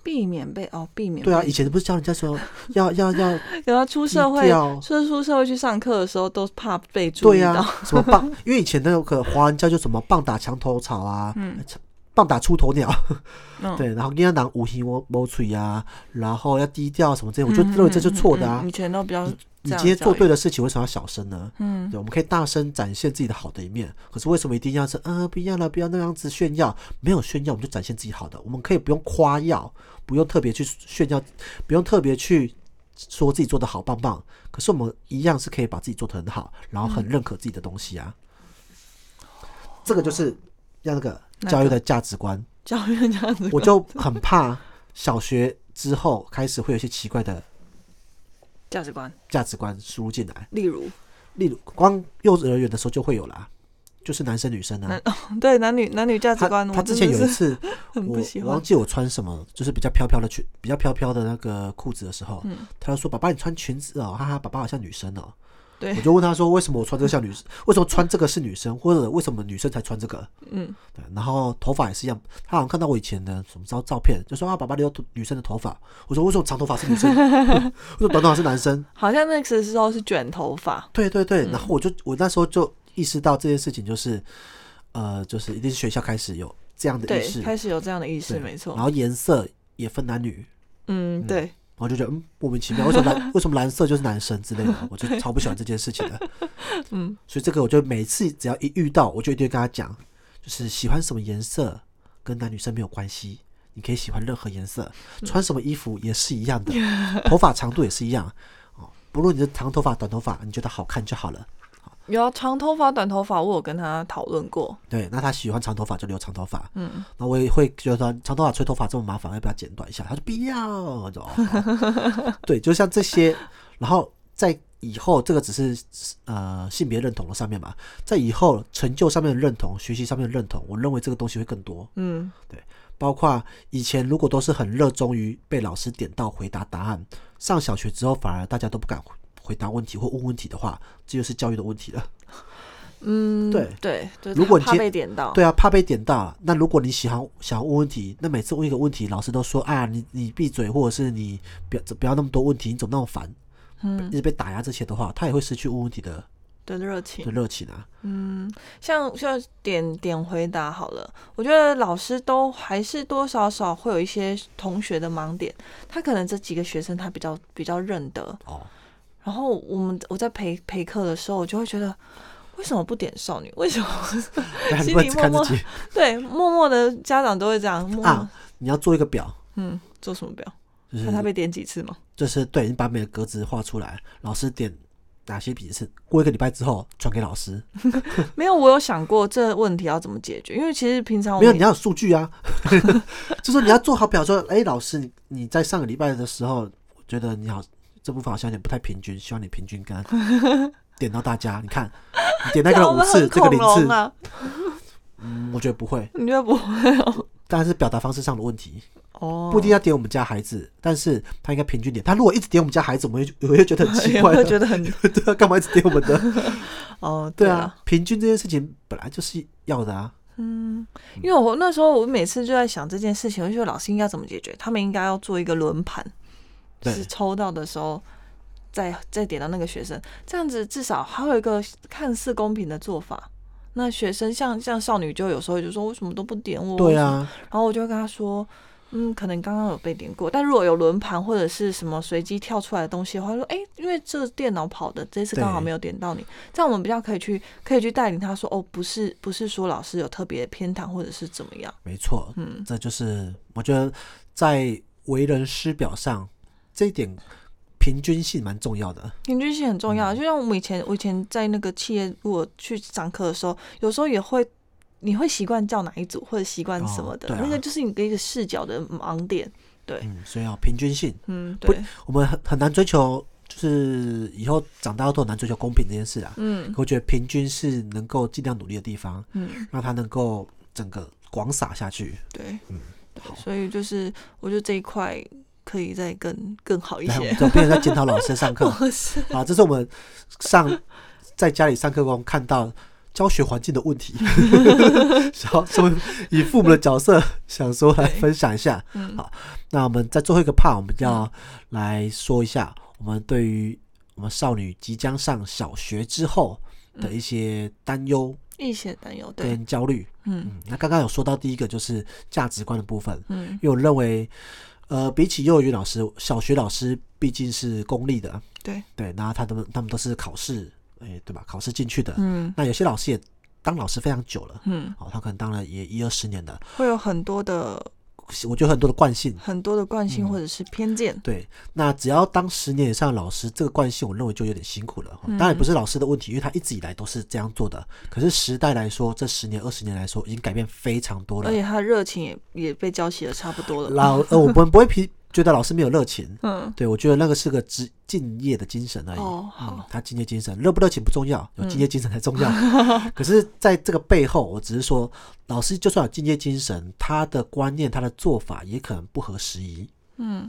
[SPEAKER 2] 避免被哦，避免
[SPEAKER 3] 对啊，
[SPEAKER 2] 被
[SPEAKER 3] 以前不是教人家说要要 要
[SPEAKER 2] 等到出社
[SPEAKER 3] 低
[SPEAKER 2] 会，
[SPEAKER 3] 调
[SPEAKER 2] 出出社会去上课的时候，都怕被注
[SPEAKER 3] 对啊
[SPEAKER 2] 意
[SPEAKER 3] 呀、
[SPEAKER 2] 到。
[SPEAKER 3] 什么棒？因为以前那个华人教就什么棒打墙头草啊，
[SPEAKER 2] 嗯
[SPEAKER 3] 棒打出头鸟，
[SPEAKER 2] 嗯，
[SPEAKER 3] 对，然后跟他讲无形摸摸嘴啊，然后要低调什么这些，我就认为这是错的
[SPEAKER 2] 嗯
[SPEAKER 3] 啊。
[SPEAKER 2] 嗯嗯以前都比较
[SPEAKER 3] 你
[SPEAKER 2] 这样
[SPEAKER 3] 今天
[SPEAKER 2] 教
[SPEAKER 3] 做
[SPEAKER 2] 育
[SPEAKER 3] 对的事情，为什么要小声呢？
[SPEAKER 2] 嗯
[SPEAKER 3] 对，我们可以大声展现自己的好的一面，可是为什么一定要是嗯、不要了，不要那样子炫耀？没有炫耀，我们就展现自己好的，我们可以不用夸耀，不用特别去炫耀，不用特别去说自己做的好棒棒，可是我们一样是可以把自己做得很好，然后
[SPEAKER 2] 嗯
[SPEAKER 3] 很认可自己的东西啊。这个就是要那个
[SPEAKER 2] 那
[SPEAKER 3] 教育
[SPEAKER 2] 个
[SPEAKER 3] 的价值观，
[SPEAKER 2] 教育这样子，
[SPEAKER 3] 我就很怕小学之后开始会有一些奇怪的
[SPEAKER 2] 价值观，
[SPEAKER 3] 价值观输入进来。
[SPEAKER 2] 例如
[SPEAKER 3] 例如光幼儿园的时候就会有啦，就是男生女生
[SPEAKER 2] 男
[SPEAKER 3] 啊。
[SPEAKER 2] 对男女男女价值
[SPEAKER 3] 他
[SPEAKER 2] 观，
[SPEAKER 3] 他
[SPEAKER 2] 我
[SPEAKER 3] 之
[SPEAKER 2] 真
[SPEAKER 3] 前
[SPEAKER 2] 的
[SPEAKER 3] 有一
[SPEAKER 2] 是
[SPEAKER 3] 次，
[SPEAKER 2] 很
[SPEAKER 3] 我
[SPEAKER 2] 不喜
[SPEAKER 3] 我忘
[SPEAKER 2] 欢。
[SPEAKER 3] 记我穿什么，就是比较飘飘的裙，比较飘飘的那个裤子的时
[SPEAKER 2] 嗯
[SPEAKER 3] 候，他就说：“爸爸，你穿裙子哦，哈哈，爸爸好像女生哦。”
[SPEAKER 2] 对
[SPEAKER 3] 我就问他说：“为什么我穿这个像女生？为什么穿这个是女生，或者为什么女生才穿这个？”
[SPEAKER 2] 嗯，
[SPEAKER 3] 对，然后头发也是一样，他好像看到我以前的什么照照片，就说啊，爸爸留女生的头发。我说为什么长头发是女生， 为什么短头发是男生？
[SPEAKER 2] 好像那个时候是卷头发，
[SPEAKER 3] 对对对，
[SPEAKER 2] 嗯
[SPEAKER 3] 然后我就我那时候就意识到这件事情，就是呃，就是一定是学校开始有这样的意
[SPEAKER 2] 对，
[SPEAKER 3] 识，
[SPEAKER 2] 开始有这样的意识，
[SPEAKER 3] 对
[SPEAKER 2] 没错
[SPEAKER 3] 然。后颜色也分男女，
[SPEAKER 2] 嗯，对，
[SPEAKER 3] 然后就觉得嗯莫 名其妙，为什么蓝为什么蓝色就是男生之类的，我就超不喜欢这件事情的。
[SPEAKER 2] 嗯，
[SPEAKER 3] 所以这个我就每次只要一遇到，我就一定会跟他讲，就是喜欢什么颜色跟男女生没有关系，你可以喜欢任何颜色，
[SPEAKER 2] 嗯
[SPEAKER 3] 穿什么衣服也是一样的，头发长度也是一样。哦，不论你的长头发、短头发，你觉得好看就好了。
[SPEAKER 2] 有啊长头发、短头发，我有跟他讨论过。
[SPEAKER 3] 对，那他喜欢长头发就留长头发，
[SPEAKER 2] 嗯，
[SPEAKER 3] 那我也会觉得长头发吹头发这么麻烦，要不要剪短一下？他说不要，我就、哦 好对，就像这些，然后在以后这个只是呃性别认同的上面嘛，在以后成就上面的认同、学习上面的认同，我认为这个东西会更多，
[SPEAKER 2] 嗯，
[SPEAKER 3] 包括以前如果都是很热衷于被老师点到回答答案，上小学之后反而大家都不敢回答问题或问问题的话，这就是教育的问题了。
[SPEAKER 2] 嗯，
[SPEAKER 3] 对
[SPEAKER 2] 对，就是
[SPEAKER 3] 如果你
[SPEAKER 2] 怕
[SPEAKER 3] 接
[SPEAKER 2] 被点到，
[SPEAKER 3] 对啊，怕被点到。那如果你喜欢想要问问题，那每次问一个问题，老师都说啊，你你闭嘴，或者是你不要不要那么多问题，你怎么那么烦，
[SPEAKER 2] 嗯
[SPEAKER 3] 一，直被打压这些的话，他也会失去问问题的
[SPEAKER 2] 对热情
[SPEAKER 3] 的。热情啊。
[SPEAKER 2] 嗯，像像点点回答好了，我觉得老师都还是多少少会有一些同学的盲点，他可能这几个学生他比较比较认得，
[SPEAKER 3] 哦，
[SPEAKER 2] 然后我们我在陪陪课的时候，我就会觉得为什么不点少女？为 什么？
[SPEAKER 3] 但你
[SPEAKER 2] 心
[SPEAKER 3] 不
[SPEAKER 2] 里
[SPEAKER 3] 能只看
[SPEAKER 2] 默默
[SPEAKER 3] 自己
[SPEAKER 2] 对，默默的家长都会这样，默默、
[SPEAKER 3] 啊，嗯你要做一个表，
[SPEAKER 2] 嗯，做什么表？
[SPEAKER 3] 就
[SPEAKER 2] 看他
[SPEAKER 3] 是
[SPEAKER 2] 被点几次嘛？
[SPEAKER 3] 就是对你把每个格子画出来，老师点哪些笔是过一个礼拜之后传给老师，
[SPEAKER 2] 没有，我有想过这个问题要怎么解决，因为其实平常我
[SPEAKER 3] 没有
[SPEAKER 2] 们
[SPEAKER 3] 你要有数据啊， 就说你要做好表，说哎，老师你你在上个礼拜的时候，我觉得你好这部分好像有点不太平均，希望你平均跟他 点到大家，你看你点那个
[SPEAKER 2] 讲
[SPEAKER 3] 人
[SPEAKER 2] 我
[SPEAKER 3] 五
[SPEAKER 2] 们
[SPEAKER 3] 次，
[SPEAKER 2] 很
[SPEAKER 3] 这个
[SPEAKER 2] 恐
[SPEAKER 3] 零
[SPEAKER 2] 龙
[SPEAKER 3] 次，
[SPEAKER 2] 啊，
[SPEAKER 3] 嗯，我觉得不会，
[SPEAKER 2] 你就不 会哦。
[SPEAKER 3] 但是表达方式上的问题，
[SPEAKER 2] 哦
[SPEAKER 3] 不一定要点我们家孩子，但是他应该平均点，他如果一直点我们家孩子，我们 会我会觉得很奇
[SPEAKER 2] 也
[SPEAKER 3] 怪
[SPEAKER 2] 会
[SPEAKER 3] 啊，
[SPEAKER 2] 觉得 很
[SPEAKER 3] 对啊，干嘛一直点我 们的？
[SPEAKER 2] 哦，
[SPEAKER 3] 对
[SPEAKER 2] 啊
[SPEAKER 3] 啊，，平均这件事情本来就是要的啊，
[SPEAKER 2] 嗯，因为我那时候我每次就在想这件事情，我就觉得老师应该怎么解决？他们应该要做一个轮盘，就
[SPEAKER 3] 对
[SPEAKER 2] 是抽到的时候再再点到那个学生，这样子至少还有一个看似公平的做法。那学生像像少女就有时候就说为什么都不点我？
[SPEAKER 3] 对，啊，
[SPEAKER 2] 然后我就会跟她说，嗯，可能刚刚有被点过，但如果有轮盘或者是什么随机跳出来的东西的话，说哎、诶因为这个电脑跑的这次刚好
[SPEAKER 3] 对
[SPEAKER 2] 没有点到你，这样我们比较可以去可以去带领他说哦，不是不是说老师有特别偏袒或者是怎么样，
[SPEAKER 3] 没错，嗯，这就是我觉得在为人师表上这一点平均性蛮重要的。
[SPEAKER 2] 平均性很重
[SPEAKER 3] 嗯
[SPEAKER 2] 要。就像我们以前我以前在那个企业如果去上课的时候，有时候也会。你会习惯叫哪一组，或者习惯什么
[SPEAKER 3] 哦
[SPEAKER 2] 的，
[SPEAKER 3] 对啊
[SPEAKER 2] 那个就是你的一个视角的盲点。对，
[SPEAKER 3] 嗯，所以要平均性，
[SPEAKER 2] 嗯，
[SPEAKER 3] 不
[SPEAKER 2] 对，
[SPEAKER 3] 我们很很难追求，就是以后长大后都很难追求公平这件事啊。
[SPEAKER 2] 嗯
[SPEAKER 3] 可我觉得平均是能够尽量努力的地方，
[SPEAKER 2] 嗯，
[SPEAKER 3] 让它能够整个广撒下去。
[SPEAKER 2] 对，
[SPEAKER 3] 嗯
[SPEAKER 2] 对啊
[SPEAKER 3] 好
[SPEAKER 2] 所以就是我觉得这一块可以再更更好一
[SPEAKER 3] 来，我
[SPEAKER 2] 些
[SPEAKER 3] 们。这边在检讨老师上课
[SPEAKER 2] 我是
[SPEAKER 3] 啊，这是我们上在家里上课中看到教学环境的问题， 然后作为以父母的角色，想说来分享一下。
[SPEAKER 2] 嗯
[SPEAKER 3] 好，那我们在最后一个 part，我们要来说一下我们对于我们少女即将上小学之后的一些担忧
[SPEAKER 2] 一些担忧，嗯对，
[SPEAKER 3] 跟焦虑。
[SPEAKER 2] 嗯
[SPEAKER 3] 嗯，那刚刚有说到第一个就是价值观的部分，
[SPEAKER 2] 嗯
[SPEAKER 3] 因为我认为，呃，比起幼儿园老师，小学老师毕竟是公立的，
[SPEAKER 2] 对
[SPEAKER 3] 对，那他们他们都是考试，哎、对吧？考试进去的。
[SPEAKER 2] 嗯
[SPEAKER 3] 那有些老师也当老师非常久了，
[SPEAKER 2] 嗯，
[SPEAKER 3] 哦，他可能当了也一二十年了，
[SPEAKER 2] 会有很多的
[SPEAKER 3] 我觉得很多的惯性。
[SPEAKER 2] 很多的惯性
[SPEAKER 3] 嗯
[SPEAKER 2] 或者是偏见，
[SPEAKER 3] 对，那只要当十年以上的老师，这个惯性我认为就有点辛苦了。哦
[SPEAKER 2] 嗯
[SPEAKER 3] 当然也不是老师的问题，因为他一直以来都是这样做的。可是时代来说，这十年、二十年来说，已经改变非常多了
[SPEAKER 2] 而。且他的热情也也被浇熄的差不多了。
[SPEAKER 3] 老呃，我们不会批觉得老师没有热情，
[SPEAKER 2] 嗯
[SPEAKER 3] 对，我觉得那个是个职敬业的精神而已。
[SPEAKER 2] 哦
[SPEAKER 3] 嗯
[SPEAKER 2] 好，嗯
[SPEAKER 3] 他敬业精神热不热情不重要，有敬业精神才重要。 可是，在这个背后，我只是说，老师就算有敬业精神，他的观念、他的做法也可能不合时宜。
[SPEAKER 2] 嗯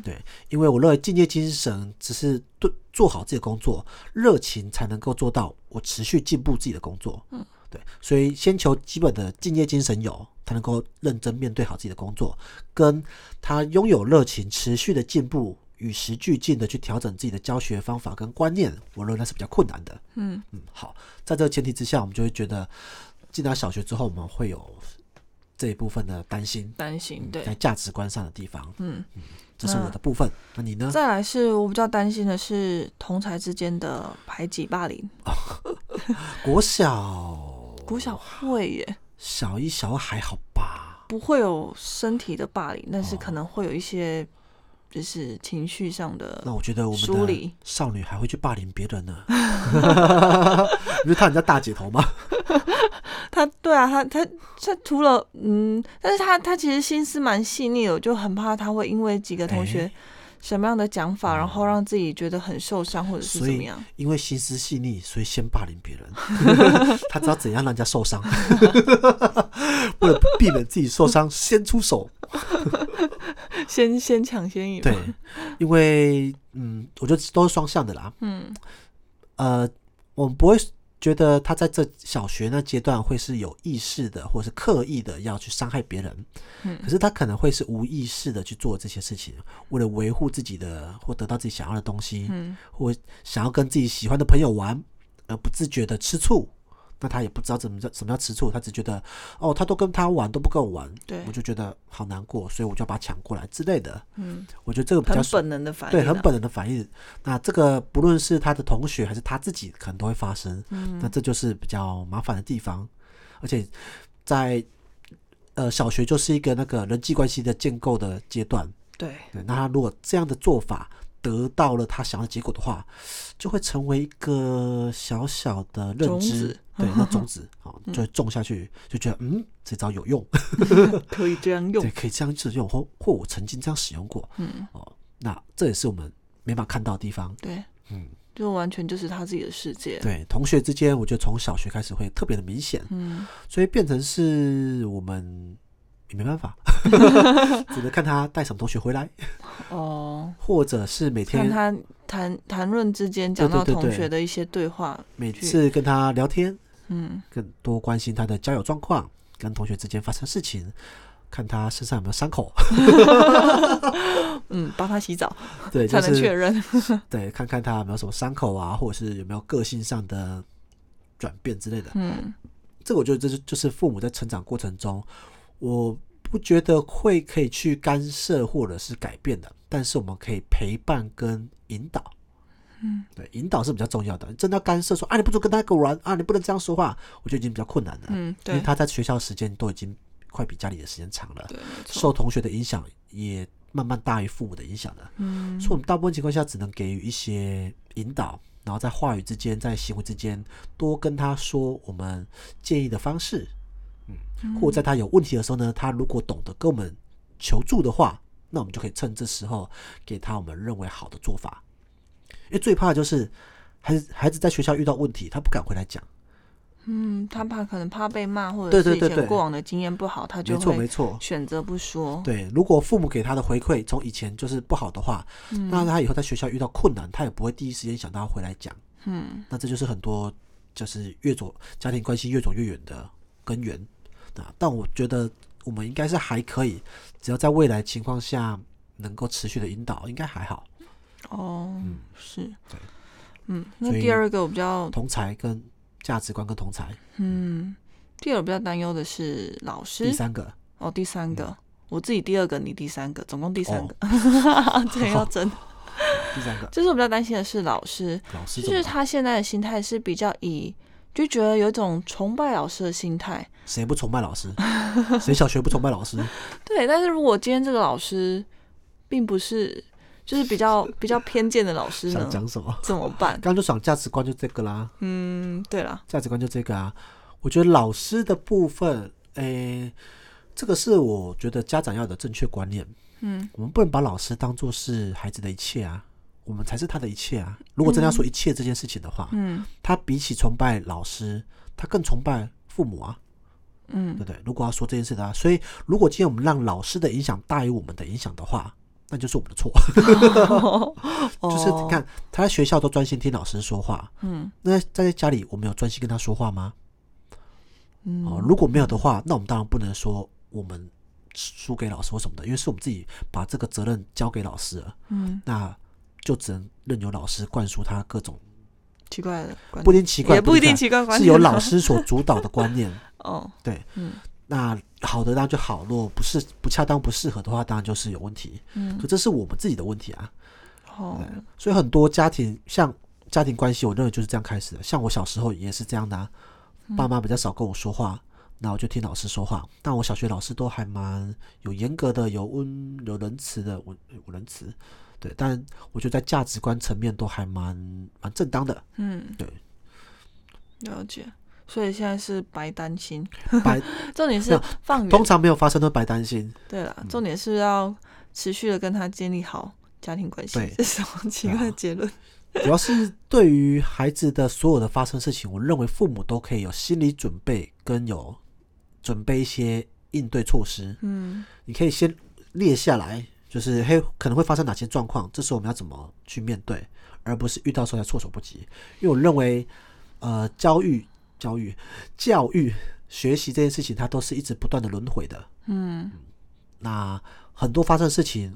[SPEAKER 3] 因为我认为敬业精神只是对做好自己的工作，热情才能够做到我持续进步自己的工作。
[SPEAKER 2] 嗯，
[SPEAKER 3] 对，所以先求基本的敬业精神有，他能够认真面对好自己的工作，跟他拥有热情，持续的进步，与时俱进的去调整自己的教学方法跟观念，我认为那是比较困难的。
[SPEAKER 2] 嗯，
[SPEAKER 3] 嗯，好，在这个前提之下，我们就会觉得进到小学之后，我们会有这一部分的担心，
[SPEAKER 2] 担心对
[SPEAKER 3] 在，价值观上的地方，
[SPEAKER 2] 嗯，
[SPEAKER 3] 这是我的部分。那你呢？
[SPEAKER 2] 再来是我比较担心的是同才之间的排挤霸凌，
[SPEAKER 3] 国小
[SPEAKER 2] 国小会耶，
[SPEAKER 3] 小一、小二还好吧？
[SPEAKER 2] 不会有身体的霸凌，
[SPEAKER 3] 哦
[SPEAKER 2] 但是可能会有一些就是情绪上的
[SPEAKER 3] 那我觉得我们
[SPEAKER 2] 梳
[SPEAKER 3] 的
[SPEAKER 2] 理
[SPEAKER 3] 少女还会去霸凌别人呢。 你就看人家大姐头吗？
[SPEAKER 2] 他对啊，他他他除了嗯，但是他他其实心思蛮细腻的，我就很怕他会因为几个同学
[SPEAKER 3] 哎
[SPEAKER 2] 什么样的讲
[SPEAKER 3] 哦
[SPEAKER 2] 法，然后让自己觉得很受伤或者是
[SPEAKER 3] 所
[SPEAKER 2] 怎么
[SPEAKER 3] 以
[SPEAKER 2] 样。
[SPEAKER 3] 因为心思细腻，所以先霸凌别人。她知道怎样让人 家受伤， 为了避免自己受伤，先出手。
[SPEAKER 2] 先先抢先赢嘛。
[SPEAKER 3] 对，因为嗯，我觉得都是双向的啦。
[SPEAKER 2] 嗯
[SPEAKER 3] 呃，我们不会觉得他在这小学那阶段会是有意识的，或是刻意的要去伤害别人。
[SPEAKER 2] 嗯
[SPEAKER 3] 可是他可能会是无意识的去做这些事情，为了维护自己的或得到自己想要的东西，
[SPEAKER 2] 嗯
[SPEAKER 3] 或想要跟自己喜欢的朋友玩，而不自觉的吃醋。那他也不知道怎么叫什么叫吃醋，他只觉得哦，他都跟他玩都不跟我玩，
[SPEAKER 2] 对
[SPEAKER 3] 我就觉得好难过，所以我就要把他抢过来之类的。
[SPEAKER 2] 嗯，
[SPEAKER 3] 我觉得这个比较
[SPEAKER 2] 很
[SPEAKER 3] 属
[SPEAKER 2] 本能的反应、啊
[SPEAKER 3] 对，很。本能的反应。那这个不论是他的同学还是他自己，可能都会发生。那
[SPEAKER 2] 嗯
[SPEAKER 3] 这就是比较麻烦的地方，而且在呃小学就是一个那个人际关系的建构的阶段。
[SPEAKER 2] 对，
[SPEAKER 3] 对，那他如果这样的做法得到了他想要的结果的话，就会成为一个小小的认
[SPEAKER 2] 种
[SPEAKER 3] 知
[SPEAKER 2] 子，嗯
[SPEAKER 3] 对，那 种子，好，就会种下去，就觉得嗯，这招有用，
[SPEAKER 2] 可以这样用
[SPEAKER 3] 对，。可以这样使用，或或我曾经这样使用过，
[SPEAKER 2] 嗯，
[SPEAKER 3] 哦，那这也是我们没法看到的地方。
[SPEAKER 2] 对，
[SPEAKER 3] 嗯，
[SPEAKER 2] 就完全就是他自己的世界。
[SPEAKER 3] 对，同学之间，我觉得从小学开始会特别的明显，
[SPEAKER 2] 嗯，
[SPEAKER 3] 所以变成是我们也没办法， 只能看他带什么同学回来，
[SPEAKER 2] 哦，
[SPEAKER 3] 或者是每
[SPEAKER 2] 看
[SPEAKER 3] 天
[SPEAKER 2] 他谈谈论之间讲到
[SPEAKER 3] 对对对
[SPEAKER 2] 同
[SPEAKER 3] 对
[SPEAKER 2] 学的一些对话。
[SPEAKER 3] 每次跟他聊天，
[SPEAKER 2] 嗯
[SPEAKER 3] 更多关心他的交友状况，跟同学之间发生的事情，看他身上有没有伤口，
[SPEAKER 2] 嗯，帮他洗澡
[SPEAKER 3] 对，就
[SPEAKER 2] 才能确
[SPEAKER 3] 是
[SPEAKER 2] 认。
[SPEAKER 3] 对，看看他有没有什么伤口啊，或者是有没有个性上的转变之类的。
[SPEAKER 2] 嗯
[SPEAKER 3] 这个我觉得这就就是父母在成长过程中，我不觉得会可以去干涉或者是改变的，但是我们可以陪伴跟引导。嗯，对，引导是比较重要的。真的要干涉说啊，你不准跟他狗玩啊，你不能这样说话，我觉得已经比较困难了。
[SPEAKER 2] 嗯，
[SPEAKER 3] 因为
[SPEAKER 2] 对，
[SPEAKER 3] 他在学校时间都已经快比家里的时间长了，
[SPEAKER 2] 对，没错，
[SPEAKER 3] 受同学的影响也慢慢大于父母的影响了。
[SPEAKER 2] 嗯，
[SPEAKER 3] 所以我们大部分情况下只能给予一些引导，然后在话语之间，在行为之间多跟他说我们建议的方式，嗯，或者在他有问题的时候呢，他如果懂得跟我们求助的话，那我们就可以趁这时候给他我们认为好的做法。因为最怕的就是孩子孩子在学校遇到问题，他不敢回来讲，
[SPEAKER 2] 嗯，他怕可能怕被骂，或者
[SPEAKER 3] 对
[SPEAKER 2] 是
[SPEAKER 3] 对
[SPEAKER 2] 以
[SPEAKER 3] 对
[SPEAKER 2] 前
[SPEAKER 3] 对
[SPEAKER 2] 过往的经验不好，他
[SPEAKER 3] 没
[SPEAKER 2] 就
[SPEAKER 3] 错
[SPEAKER 2] 会
[SPEAKER 3] 没错，
[SPEAKER 2] 选择不说。
[SPEAKER 3] 对，如果父母给他的回馈从以前就是不好的话，
[SPEAKER 2] 嗯
[SPEAKER 3] 那他以后在学校遇到困难，他也不会第一时间想到要回来讲。
[SPEAKER 2] 嗯，
[SPEAKER 3] 那这就是很多就是越走家庭关系越走越远的根源啊。但我觉得我们应该是还可以，只要在未来情况下能够持续的引导，应该还好。
[SPEAKER 2] 哦，是
[SPEAKER 3] 对，
[SPEAKER 2] 嗯，那
[SPEAKER 3] 所以
[SPEAKER 2] 第二个我比较，
[SPEAKER 3] 同才跟价值观跟同才，
[SPEAKER 2] 嗯，第二个比较担忧的是老师
[SPEAKER 3] 第。三嗯个
[SPEAKER 2] 哦，第三个，我自己第二个，你第三个，总共第三
[SPEAKER 3] 哦
[SPEAKER 2] 个， 对，要 争。
[SPEAKER 3] 第三个
[SPEAKER 2] 就是我比较担心的是老师，
[SPEAKER 3] 老师
[SPEAKER 2] 就
[SPEAKER 3] 怎
[SPEAKER 2] 是
[SPEAKER 3] 么了
[SPEAKER 2] 他现在的心态是比较以，就觉得有一种崇拜老师的心态。
[SPEAKER 3] 谁不崇拜老师？谁小学不崇拜 老师？
[SPEAKER 2] 对，但是如果今天这个老师并不是，就是比 较比较偏见的老师呢
[SPEAKER 3] 想，讲什么？
[SPEAKER 2] 怎么办？
[SPEAKER 3] 刚刚就讲价值观就这个啦。
[SPEAKER 2] 嗯，对了，
[SPEAKER 3] 价值观就这个啊。我觉得老师的部分，诶、这个是我觉得家长要有的正确观念。
[SPEAKER 2] 嗯，
[SPEAKER 3] 我们不能把老师当做是孩子的一切啊，我们才是他的一切啊。如果真的要说一切这件事情的话，
[SPEAKER 2] 嗯
[SPEAKER 3] 他比起崇拜老师，他更崇拜父母啊，对
[SPEAKER 2] 嗯
[SPEAKER 3] 不对？如果要说这件事的话，所以如果今天我们让老师的影响大于我们的影响的话，那就是我们的错。
[SPEAKER 2] 哦
[SPEAKER 3] 就是你看哦他在学校都专心听老师说话，
[SPEAKER 2] 嗯
[SPEAKER 3] 那在家里我们有专心跟他说话吗？
[SPEAKER 2] 嗯，
[SPEAKER 3] 哦，如果没有的话，那我们当然不能说我们输给老师或什么的，因为是我们自己把这个责任交给老师了，
[SPEAKER 2] 嗯，
[SPEAKER 3] 那就只能任由老师灌输他各种
[SPEAKER 2] 奇怪的观
[SPEAKER 3] 不一
[SPEAKER 2] 点，
[SPEAKER 3] 定奇怪，
[SPEAKER 2] 也不一定
[SPEAKER 3] 奇
[SPEAKER 2] 奇怪
[SPEAKER 3] 怪，
[SPEAKER 2] 观
[SPEAKER 3] 是
[SPEAKER 2] 点
[SPEAKER 3] 由
[SPEAKER 2] 啊
[SPEAKER 3] 老师所主导的观念。
[SPEAKER 2] 哦，
[SPEAKER 3] 对，
[SPEAKER 2] 嗯
[SPEAKER 3] 那好的那就好，如果不是不恰当、不适合的话，当然就是有问题。
[SPEAKER 2] 嗯
[SPEAKER 3] 可，这是我们自己的问题啊。
[SPEAKER 2] 哦，
[SPEAKER 3] 所以很多家庭像家庭关系，我认为就是这样开始的。像我小时候也是这样的、啊，爸妈比较少跟我说话，那我就听老师说话。但我小学老师都还蛮有严格的，有温有仁慈的，我我仁慈。对，但我觉得在价值观层面都还蛮蛮正当的，
[SPEAKER 2] 嗯，
[SPEAKER 3] 对，
[SPEAKER 2] 了解。所以现在是白担心，
[SPEAKER 3] 白
[SPEAKER 2] 重点是
[SPEAKER 3] 那
[SPEAKER 2] 放
[SPEAKER 3] 通嗯
[SPEAKER 2] 远。
[SPEAKER 3] 常没有发生都白担心。
[SPEAKER 2] 对了，重点是要持续的跟他建立好家庭关系
[SPEAKER 3] 对。
[SPEAKER 2] 这是什么奇怪的结论？
[SPEAKER 3] 主要是对于孩子的所有的发生事情，我认为父母都可以有心理准备，跟有准备一些应对措施。
[SPEAKER 2] 嗯
[SPEAKER 3] 你可以先列下来，就是嘿可能会发生哪些状况，这时候我们要怎么去面对，而不是遇到时候才措手不及。因为我认为，呃，教育、教育、教育、学习这件事情，它都是一直不断的轮回的。
[SPEAKER 2] 嗯
[SPEAKER 3] 那很多发生的事情，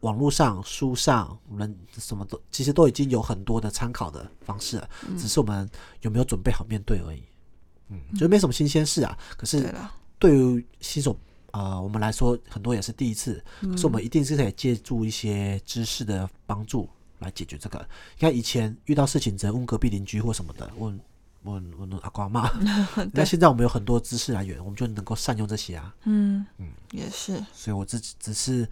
[SPEAKER 3] 网络上、书上、人什么都，其实都已经有很多的参考的方式了，只是我们有没有准备好面对而已。嗯，就没什么新鲜事啊，可是
[SPEAKER 2] 对了，
[SPEAKER 3] 对于新手啊、呃我们来说，很多也是第一次，可是我们一定是可以借助一些知识的帮助来解决这个。你看以前遇到事情只能问隔壁邻居或什么的，问问问阿公阿妈。那现在我们有很多知识来源，我们就能够善用这些啊。
[SPEAKER 2] 嗯嗯，也是，
[SPEAKER 3] 所以我只只是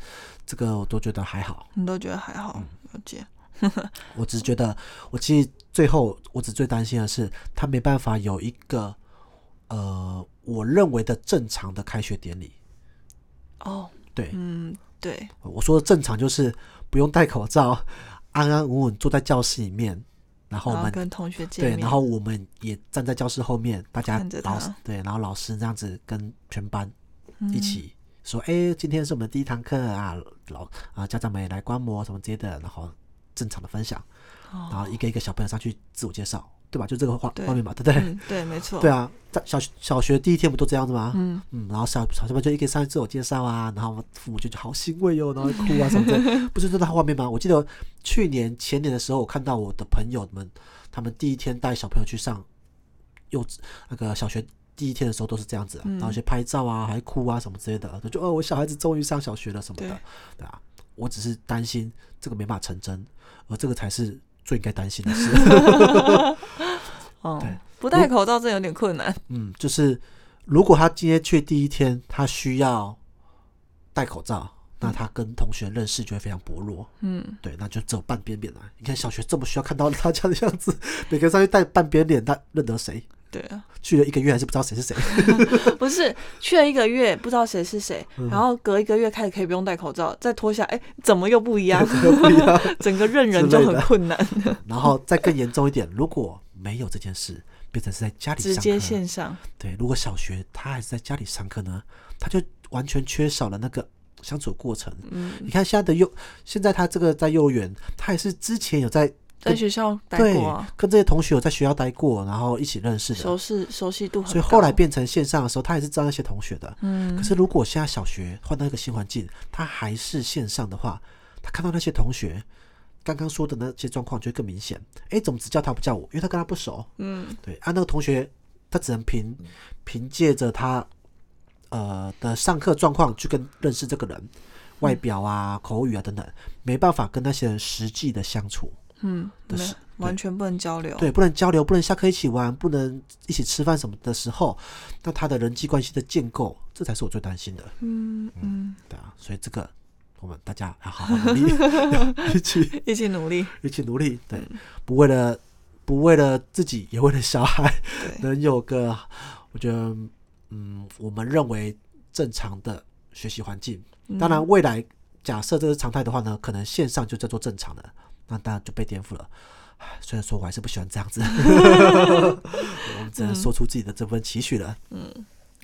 [SPEAKER 3] 这个我都觉得还好，
[SPEAKER 2] 你都觉得还好，
[SPEAKER 3] 嗯
[SPEAKER 2] 了解。
[SPEAKER 3] 我只是觉得我其实最后我只最担心的是他没办法有一个呃我认为的正常的开学典礼。
[SPEAKER 2] 哦，
[SPEAKER 3] 对，
[SPEAKER 2] 嗯，对，
[SPEAKER 3] 我说的正常就是不用戴口罩，安安稳稳坐在教室里面，然后我
[SPEAKER 2] 然后
[SPEAKER 3] 们
[SPEAKER 2] 跟同学见
[SPEAKER 3] 对，
[SPEAKER 2] 面，
[SPEAKER 3] 然后我们也站在教室后面，大家
[SPEAKER 2] 看着他
[SPEAKER 3] 老师对，然后老师这样子跟全班
[SPEAKER 2] 嗯
[SPEAKER 3] 一起说，哎、今天是我们第一堂课啊，老啊家长们也来观摩什么之类的，然后正常的分享，
[SPEAKER 2] 哦
[SPEAKER 3] 然后一个一个小朋友上去自我介绍，对吧？就这个画
[SPEAKER 2] 对
[SPEAKER 3] 画面嘛，对不对？
[SPEAKER 2] 嗯，对，没错，
[SPEAKER 3] 对啊，在小学小学第一天不都这样子吗？
[SPEAKER 2] 嗯
[SPEAKER 3] 嗯，然后小小朋友就一个上去自我介绍啊，然后父母就好欣慰哦，然后哭啊什么 的，不是都在画面吗？我记得去年前年的时候，我看到我的朋友们，他们第一天带小朋友去上幼稚那个小学第一天的时候都是这样子、啊，然后去拍照啊，还哭啊什么之类的，就哦，我小孩子终于上小学了什么的
[SPEAKER 2] 对，
[SPEAKER 3] 对啊，我只是担心这个没办法成真，而这个才是最应该担心的事。
[SPEAKER 2] 哦
[SPEAKER 3] 对，
[SPEAKER 2] 不戴口罩真有点困难。
[SPEAKER 3] 嗯，就是如果他今天去第一天，他需要戴口罩，那他跟同学认识就会非常薄弱。
[SPEAKER 2] 嗯，
[SPEAKER 3] 对，那就只有半边脸了。你看小学这么需要看到大家的样子，每个人上去戴半边脸，他认得谁？
[SPEAKER 2] 对啊，
[SPEAKER 3] 去了一个月还是不知道谁是谁。
[SPEAKER 2] 不是去了一个月不知道谁是谁，
[SPEAKER 3] 嗯
[SPEAKER 2] 然后隔一个月开始可以不用戴口罩，再脱下，哎，怎么又不一样？整个认人就
[SPEAKER 3] 之类
[SPEAKER 2] 很
[SPEAKER 3] 的
[SPEAKER 2] 困难，
[SPEAKER 3] 然后再更严重一点，如果没有这件事，变成是在家里
[SPEAKER 2] 直
[SPEAKER 3] 上
[SPEAKER 2] 接
[SPEAKER 3] 课，
[SPEAKER 2] 线上。
[SPEAKER 3] 对，如果小学他还是在家里上课呢，他就完全缺少了那个相处过程。
[SPEAKER 2] 嗯，
[SPEAKER 3] 你看现在的幼，现在他这个在幼儿园，他也是之前有在
[SPEAKER 2] 在学校待
[SPEAKER 3] 对
[SPEAKER 2] 过啊，
[SPEAKER 3] 跟这些同学有在学校待过，然后一起认识的，
[SPEAKER 2] 熟识熟悉度很高。
[SPEAKER 3] 所以后来变成线上的时候，他也是知道那些同学的。
[SPEAKER 2] 嗯
[SPEAKER 3] 可是如果现在小学换到一个新环境，他还是线上的话，他看到那些同学刚刚说的那些状况就会更明显。诶，怎么只叫他不叫我？因为他跟他不熟。
[SPEAKER 2] 嗯
[SPEAKER 3] 对，啊，那个同学他只能凭凭借着他呃的上课状况去跟认识这个人，外表啊、口语啊等等，没办法跟那些人实际的相处。
[SPEAKER 2] 嗯，
[SPEAKER 3] 的
[SPEAKER 2] 没有
[SPEAKER 3] 事
[SPEAKER 2] 完全不能交流。
[SPEAKER 3] 对，不能交流，不能下课一起玩，不能一起吃饭什么的时候，那他的人际关系的建构，这才是我最担心的。
[SPEAKER 2] 嗯嗯，
[SPEAKER 3] 对啊，所以这个我们大家要好好努力， 一起
[SPEAKER 2] 一起努力。
[SPEAKER 3] 一起努力，对，不为了不为了自己，也为了小孩，
[SPEAKER 2] 对，
[SPEAKER 3] 能有个我觉得，嗯，我们认为正常的学习环境。当然，未来假设这是常态的话呢，可能线上就叫做正常的，那当然就被颠覆了。唉虽然说我还是不喜欢这样子，我们只能说出自己的这份期许了。嗯，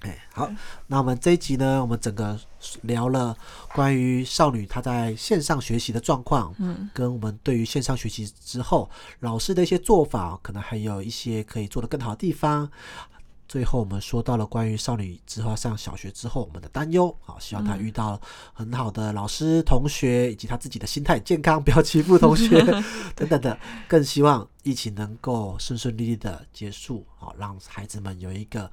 [SPEAKER 3] 哎，好，那我们这一集呢，我们整个聊了关于少女她在线上学习的状况，
[SPEAKER 2] 嗯，
[SPEAKER 3] 跟我们对于线上学习之后老师的一些做法，可能还有一些可以做得更好的地方。最后，我们说到了关于少女之后上小学之后我们的担忧，好，希望她遇到很好的老师、同学，以及她自己的心态健康，不要欺负同学 等等的。更希望疫情能够顺顺利利的结束，好，让孩子们有一个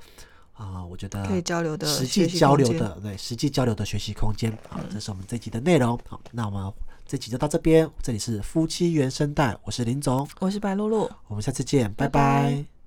[SPEAKER 3] 啊、我觉得
[SPEAKER 2] 可以交流的
[SPEAKER 3] 实际
[SPEAKER 2] 学习
[SPEAKER 3] 交流
[SPEAKER 2] 空间嗯
[SPEAKER 3] 的对实际交流的学习空间。好，这是我们这集的内容。好，那我们这集就到这边，这里是夫妻原声带，我是林总，
[SPEAKER 2] 我是白露露，
[SPEAKER 3] 我们下次见，
[SPEAKER 2] 拜
[SPEAKER 3] 拜
[SPEAKER 2] 拜
[SPEAKER 3] 拜